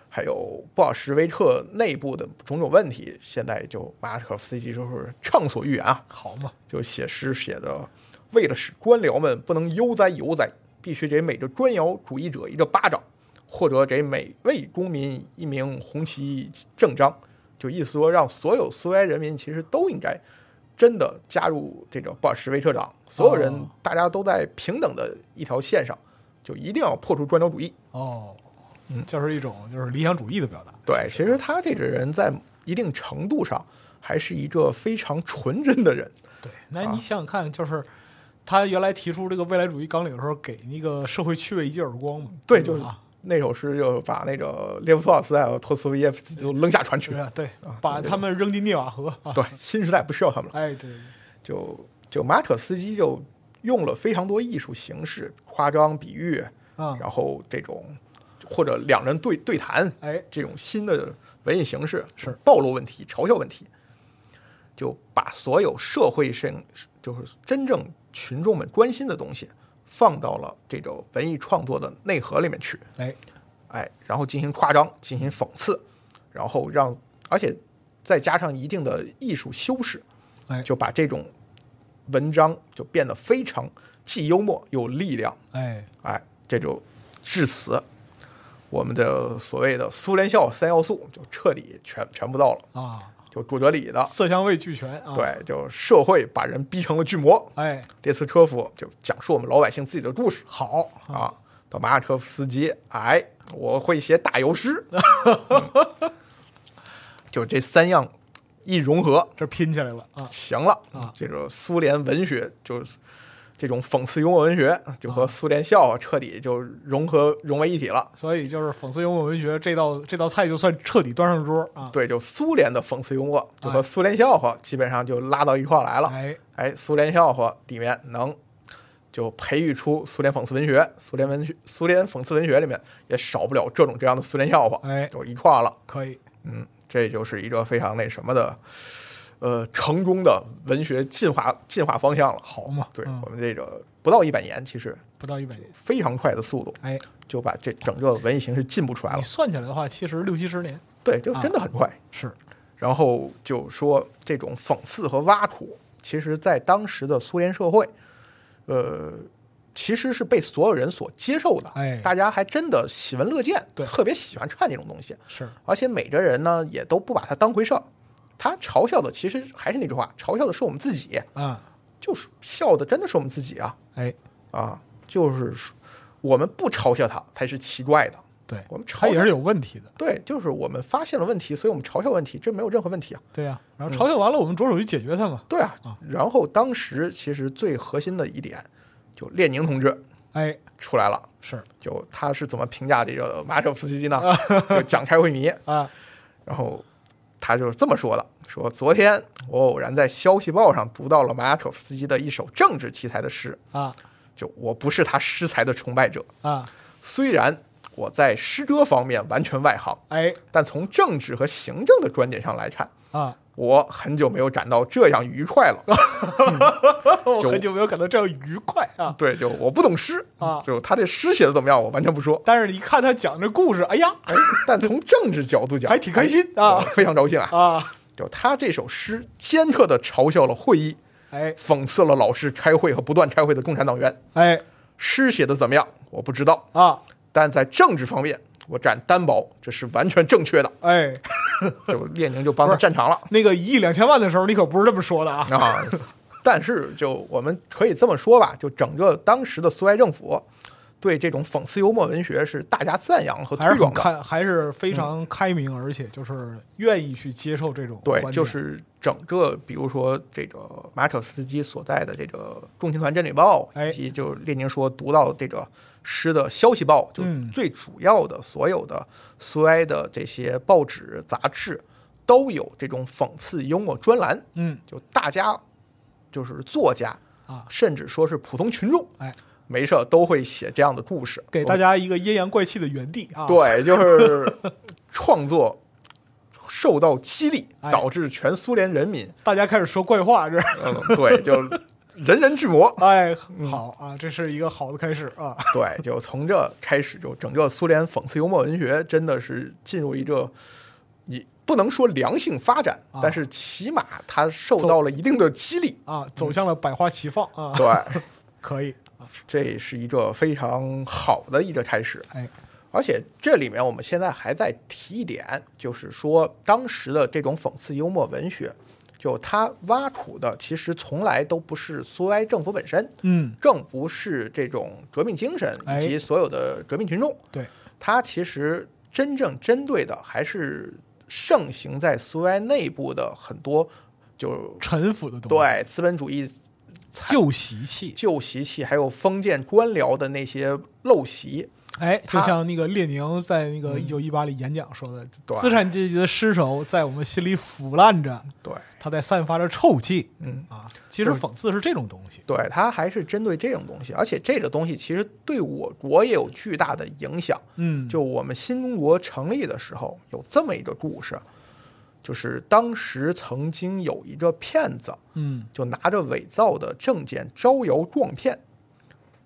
B: 还有布尔什维克内部的种种问题，现在就马可夫斯基就是畅所欲言啊，
A: 好嘛，
B: 就写诗写的，为了使官僚们不能悠哉悠哉，必须给每个官僚主义者一个巴掌，或者给每位公民一名红旗正章。就意思说，让所有苏维埃人民其实都应该真的加入这个布尔什维克党，所有人
A: 哦
B: 大家都在平等的一条线上，就一定要破除官僚主义。
A: 哦，嗯，就是一种就是理想主义的表达。
B: 对，其实他这个人在一定程度上还是一个非常纯真的人。
A: 对，那
B: 啊
A: 你想想看，就是他原来提出这个未来主义纲领的时候，给那个社会趣味一记耳光嘛。
B: 对，就是
A: 啊，
B: 那首诗就把那个列夫托尔斯泰和托斯托耶夫斯基都扔下船去
A: 是。啊，对，把他们扔进涅瓦河啊。
B: 对，新时代不需要他们了。
A: 哎，对，对
B: 就就马可斯基就用了非常多艺术形式，夸张、比喻，
A: 啊，
B: 然后这种或者两人对对谈，
A: 哎，
B: 这种新的文艺形式
A: 是
B: 暴露问题、嘲笑问题，就把所有社会性就是真正群众们关心的东西放到了这种文艺创作的内核里面去，
A: 哎，
B: 哎，然后进行夸张、进行讽刺，然后让而且再加上一定的艺术修饰，
A: 哎，
B: 就把这种文章就变得非常既幽默又有力量，
A: 哎，
B: 哎，这就至此，我们的所谓的苏联笑三要素就彻底全全部到了，
A: 啊，
B: 就主角里的，
A: 色香味俱全啊。，
B: 对，就社会把人逼成了巨魔。
A: 哎，
B: 列茨科夫就讲述我们老百姓自己的故事
A: 好，
B: 啊，到马尔科夫斯基，哎，我会写打油诗，嗯就这三样一融合，
A: 这拼起来了啊。
B: 行了
A: 啊
B: 这个苏联文学就是这种讽刺幽默文学，就
A: 啊
B: 和苏联笑话彻底就融合融为一体了。
A: 所以就是讽刺幽默文学这道这道菜就算彻底端上桌啊。
B: 对，就苏联的讽刺幽默，就
A: 哎
B: 和苏联笑话基本上就拉到一块儿来了。
A: 哎，
B: 哎，苏联笑话里面能就培育出苏联讽刺文学，苏联文学、苏联讽刺文学里面也少不了这种这样的苏联笑话，
A: 哎
B: 就一块儿了。
A: 可以，
B: 嗯，这就是一个非常那什么的，呃，成功的文学进化进化方向了。
A: 好嘛，
B: 对、
A: 嗯
B: 我们这个不到一百年，其实
A: 不到一百年。
B: 非常快的速度
A: 哎，
B: 就把这整个文艺形式进步出来
A: 你
B: 了。
A: 算起来的话，其实六七十年
B: 对，就真的很快。
A: 是
B: 然后就说这种讽刺和挖苦，其实在当时的苏联社会，呃，其实是被所有人所接受的。
A: 哎
B: 大家还真的喜闻乐见，
A: 对
B: 特别喜欢看这种东西。
A: 是，
B: 而且每个人呢，也都不把它当回事儿。他嘲笑的其实还是那句话，嘲笑的是我们自己，
A: 啊，
B: 就是笑的真的是我们自己啊
A: 哎，
B: 啊！就是说我们不嘲笑他才是奇怪的，
A: 对，
B: 我们
A: 它
B: 嘲
A: 也
B: 笑
A: 是有问题的，
B: 对，就是我们发现了问题，所以我们嘲笑问题，这没有任何问题啊。
A: 对呀、然后嘲笑完了，我们着手去解决它嘛。
B: 对啊
A: 啊，
B: 然后当时其实最核心的一点，就列宁同志
A: 哎，
B: 出来了，
A: 是
B: 就他是怎么评价这个马可夫斯基呢？就讲开会迷，
A: 啊，
B: 然后他就是这么说的：说昨天我偶然在消息报上读到了马可夫斯基的一首政治题材的诗，
A: 啊
B: 就我不是他诗才的崇拜者，
A: 啊，
B: 虽然我在诗歌方面完全外行，
A: 哎
B: 但从政治和行政的观点上来看。
A: 啊，
B: 我很久没有感到这样愉快了。
A: 我
B: 就
A: 很久没有感到这样愉快啊。
B: 对，就我不懂诗
A: 啊
B: 就他这诗写的怎么样，我完全不说。
A: 但是你看他讲这故事，哎呀
B: 哎，但从政治角度讲，
A: 还挺开心啊
B: 哎我非常高兴啊！
A: 啊，
B: 就他这首诗尖刻地嘲笑了会议，
A: 哎
B: 讽刺了老是开会和不断开会的共产党员。
A: 哎
B: 诗写的怎么样，我不知道，
A: 啊
B: 但在政治方面，我敢担保这是完全正确的。
A: 哎，
B: 就列宁就帮他站场了
A: 那个一亿两千万的时候，你可不是这么说的啊。
B: 啊！但是就我们可以这么说吧，就整个当时的苏维埃政府对这种讽刺幽默文学是大加赞扬和
A: 还
B: 推
A: 是很
B: 广的。嗯
A: 开，还是非常开明，而且就是愿意去接受这种观
B: 对，
A: 点
B: 就是整个，比如说这个马可斯基所在的这个共青团真理报，
A: 哎
B: 以及就是列宁说读到这个诗的消息报，就
A: 嗯
B: 最主要的所有的苏维埃的这些报纸杂志都有这种讽刺幽默专栏，
A: 嗯
B: 就大家就是作家
A: 啊
B: 甚至说是普通群众，
A: 哎，
B: 没事儿都会写这样的故事，
A: 给大家一个阴阳怪气的原地啊。
B: 对，就是创作受到激励
A: <laughs> 哎，
B: 导致全苏联人民。 <laughs>
A: 大家开始说怪话，这
B: 嗯，对，就人人巨魔。
A: 哎，
B: 嗯
A: 好啊，这是一个好的开始啊。
B: <laughs> 对，就从这开始，就整个苏联讽刺幽默文学真的是进入一个，你不能说良性发展，
A: 啊
B: 但是起码它受到了一定的激励。
A: 啊，走向了百花齐放啊，
B: 嗯对， <laughs>
A: 可以，
B: 这是一个非常好的一个开始。
A: 哎，
B: 而且这里面我们现在还在提一点，就是说当时的这种讽刺幽默文学，就它挖苦的其实从来都不是苏维埃政府本身，
A: 嗯，
B: 更不是这种革命精神
A: 哎
B: 以及所有的革命群众，
A: 对，
B: 它其实真正针对的还是盛行在苏维埃内部的很多就
A: 陈腐的东西，
B: 对资本主义
A: 旧习气，
B: 旧习气，还有封建官僚的那些陋习。
A: 哎，就
B: 他嗯
A: 像那个列宁在那个一九一八里演讲说的，
B: 对
A: 资产阶级的尸首在我们心里腐烂着，
B: 对，
A: 它在散发着臭气
B: 嗯，
A: 啊。其实
B: 就是
A: 讽刺是这种东西，
B: 对，它还是针对这种东西，而且这个东西其实对我国也有巨大的影响。
A: 嗯，
B: 就我们新中国成立的时候，有这么一个故事，就是当时曾经有一个骗子，
A: 嗯
B: 就拿着伪造的证件招摇撞骗，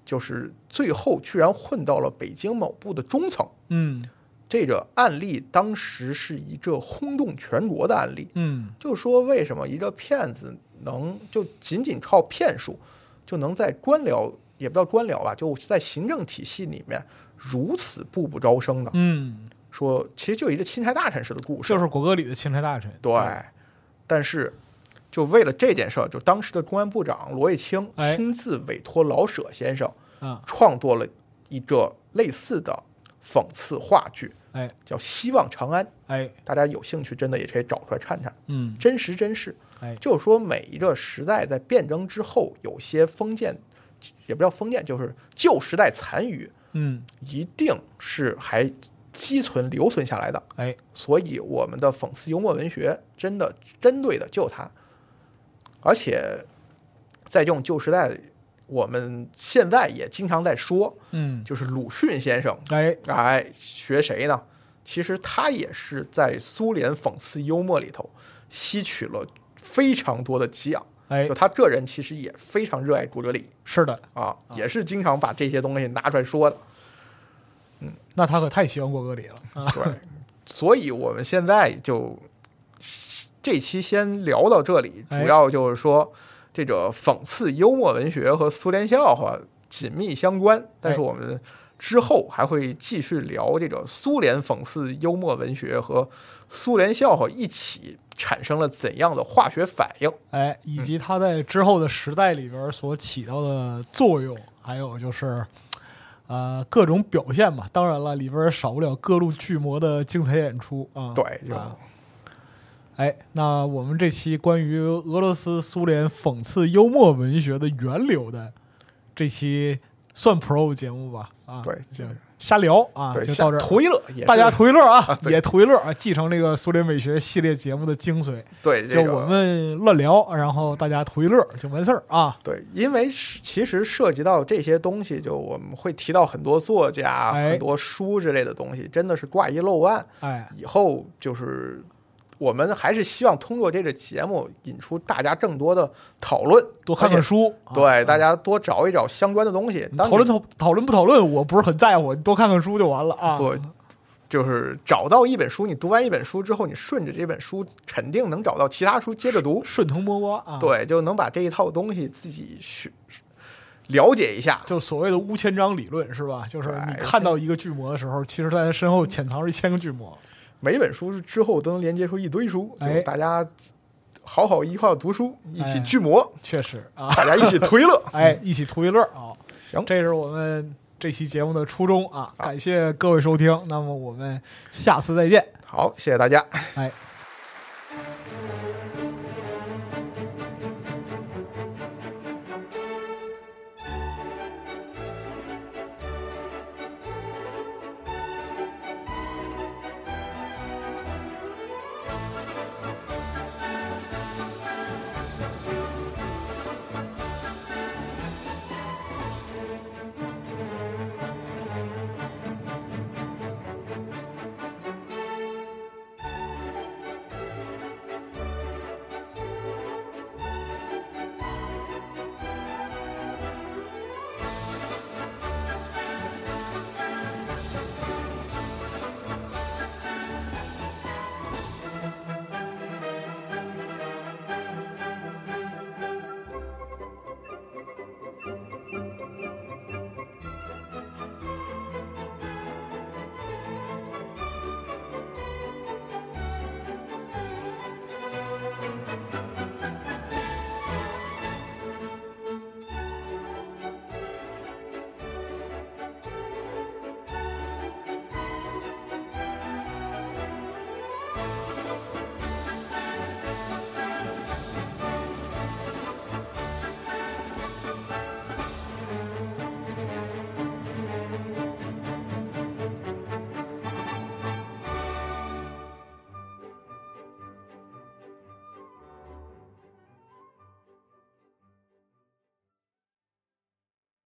B: 就是最后居然混到了北京某部的中层。
A: 嗯
B: 这个案例当时是一个轰动全国的案例，
A: 嗯，
B: 就说为什么一个骗子能就仅仅靠骗术，就能在官僚也不叫官僚吧，就在行政体系里面如此步步高升呢？
A: 嗯，
B: 说其实就一个钦差大臣式的故事，
A: 就是国歌里的钦差大臣，
B: 对，但是就为了这件事儿，就当时的公安部长罗卫卿
A: 哎
B: 亲自委托老舍先生
A: 啊，
B: 创作了一个类似的讽刺话剧，
A: 哎
B: 叫《希望长安》。
A: 哎，
B: 大家有兴趣，真的也可以找出来看看，
A: 嗯
B: 真实真事。
A: 哎，
B: 就是说，每一个时代在辩证之后，有些封建，也不叫封建，就是旧时代残余，
A: 嗯
B: 一定是还积存留存下来的。
A: 哎，
B: 所以我们的讽刺幽默文学真的针对的就它，而且在这种旧时代，我们现在也经常在说，
A: 嗯
B: 就是鲁迅先生，
A: 哎，
B: 哎，学谁呢？其实他也是在苏联讽刺幽默里头吸取了非常多的给养，
A: 哎
B: 就，他个人其实也非常热爱古哲理
A: 是的，
B: 啊，也是经常把这些东西拿出来说的。
A: 那他可太喜欢国歌里了啊。
B: 对，所以我们现在就这期先聊到这里，
A: 哎
B: 主要就是说这个讽刺幽默文学和苏联笑话紧密相关，但
A: 哎
B: 是我们之后还会继续聊这个苏联讽刺幽默文学和苏联笑话一起产生了怎样的化学反应。
A: 哎，以及它在之后的时代里边儿所起到的作用，还有就是，呃，各种表现吧。当然了，里边儿少不了各路巨魔的精彩演出啊。
B: 对，就
A: 啊哎，那我们这期关于俄罗斯、苏联讽刺幽默文学的源流的这期算 Pro 节目吧。啊，
B: 对
A: 就瞎聊啊，
B: 对，
A: 就
B: 下
A: 到这儿。
B: 图一乐也是，
A: 大家图一乐啊，
B: 对
A: 也图一乐啊，继承这个苏联美学系列节目的精髓，
B: 对，
A: 就
B: 这个
A: 我们乱聊，然后大家图一乐就完事儿啊。
B: 对，因为是其实涉及到这些东西，就我们会提到很多作家、
A: 哎
B: 很多书之类的东西，真的是挂一漏万。
A: 哎，
B: 以后就是我们还是希望通过这个节目引出大家更多的讨论，
A: 多看看书，啊嗯
B: 而且。对，大家多找一找相关的东西。当
A: 讨
B: 你
A: 论讨讨论不讨论，我不是很在乎，你多看看书就完了啊。
B: 不就是找到一本书，你读完一本书之后，你顺着这本书，肯定能找到其他书接着读。
A: 顺藤摸瓜啊。，
B: 对，就能把这一套东西自己学了解一下。
A: 就所谓的乌千章理论是吧？就是
B: 对
A: 你看到一个巨魔的时候，其实在他身后潜藏着一千个巨魔。
B: 每本书之后都能连接出一堆书，
A: 哎
B: 就大家好好一块儿读书，一
A: 哎
B: 起巨魔，
A: 确实啊，。
B: 大家一起推乐
A: 哎，一起图一乐啊。
B: 嗯行，
A: 这是我们这期节目的初衷啊。感谢各位收听，那么我们下次再见。
B: 好，谢谢大家。
A: 哎，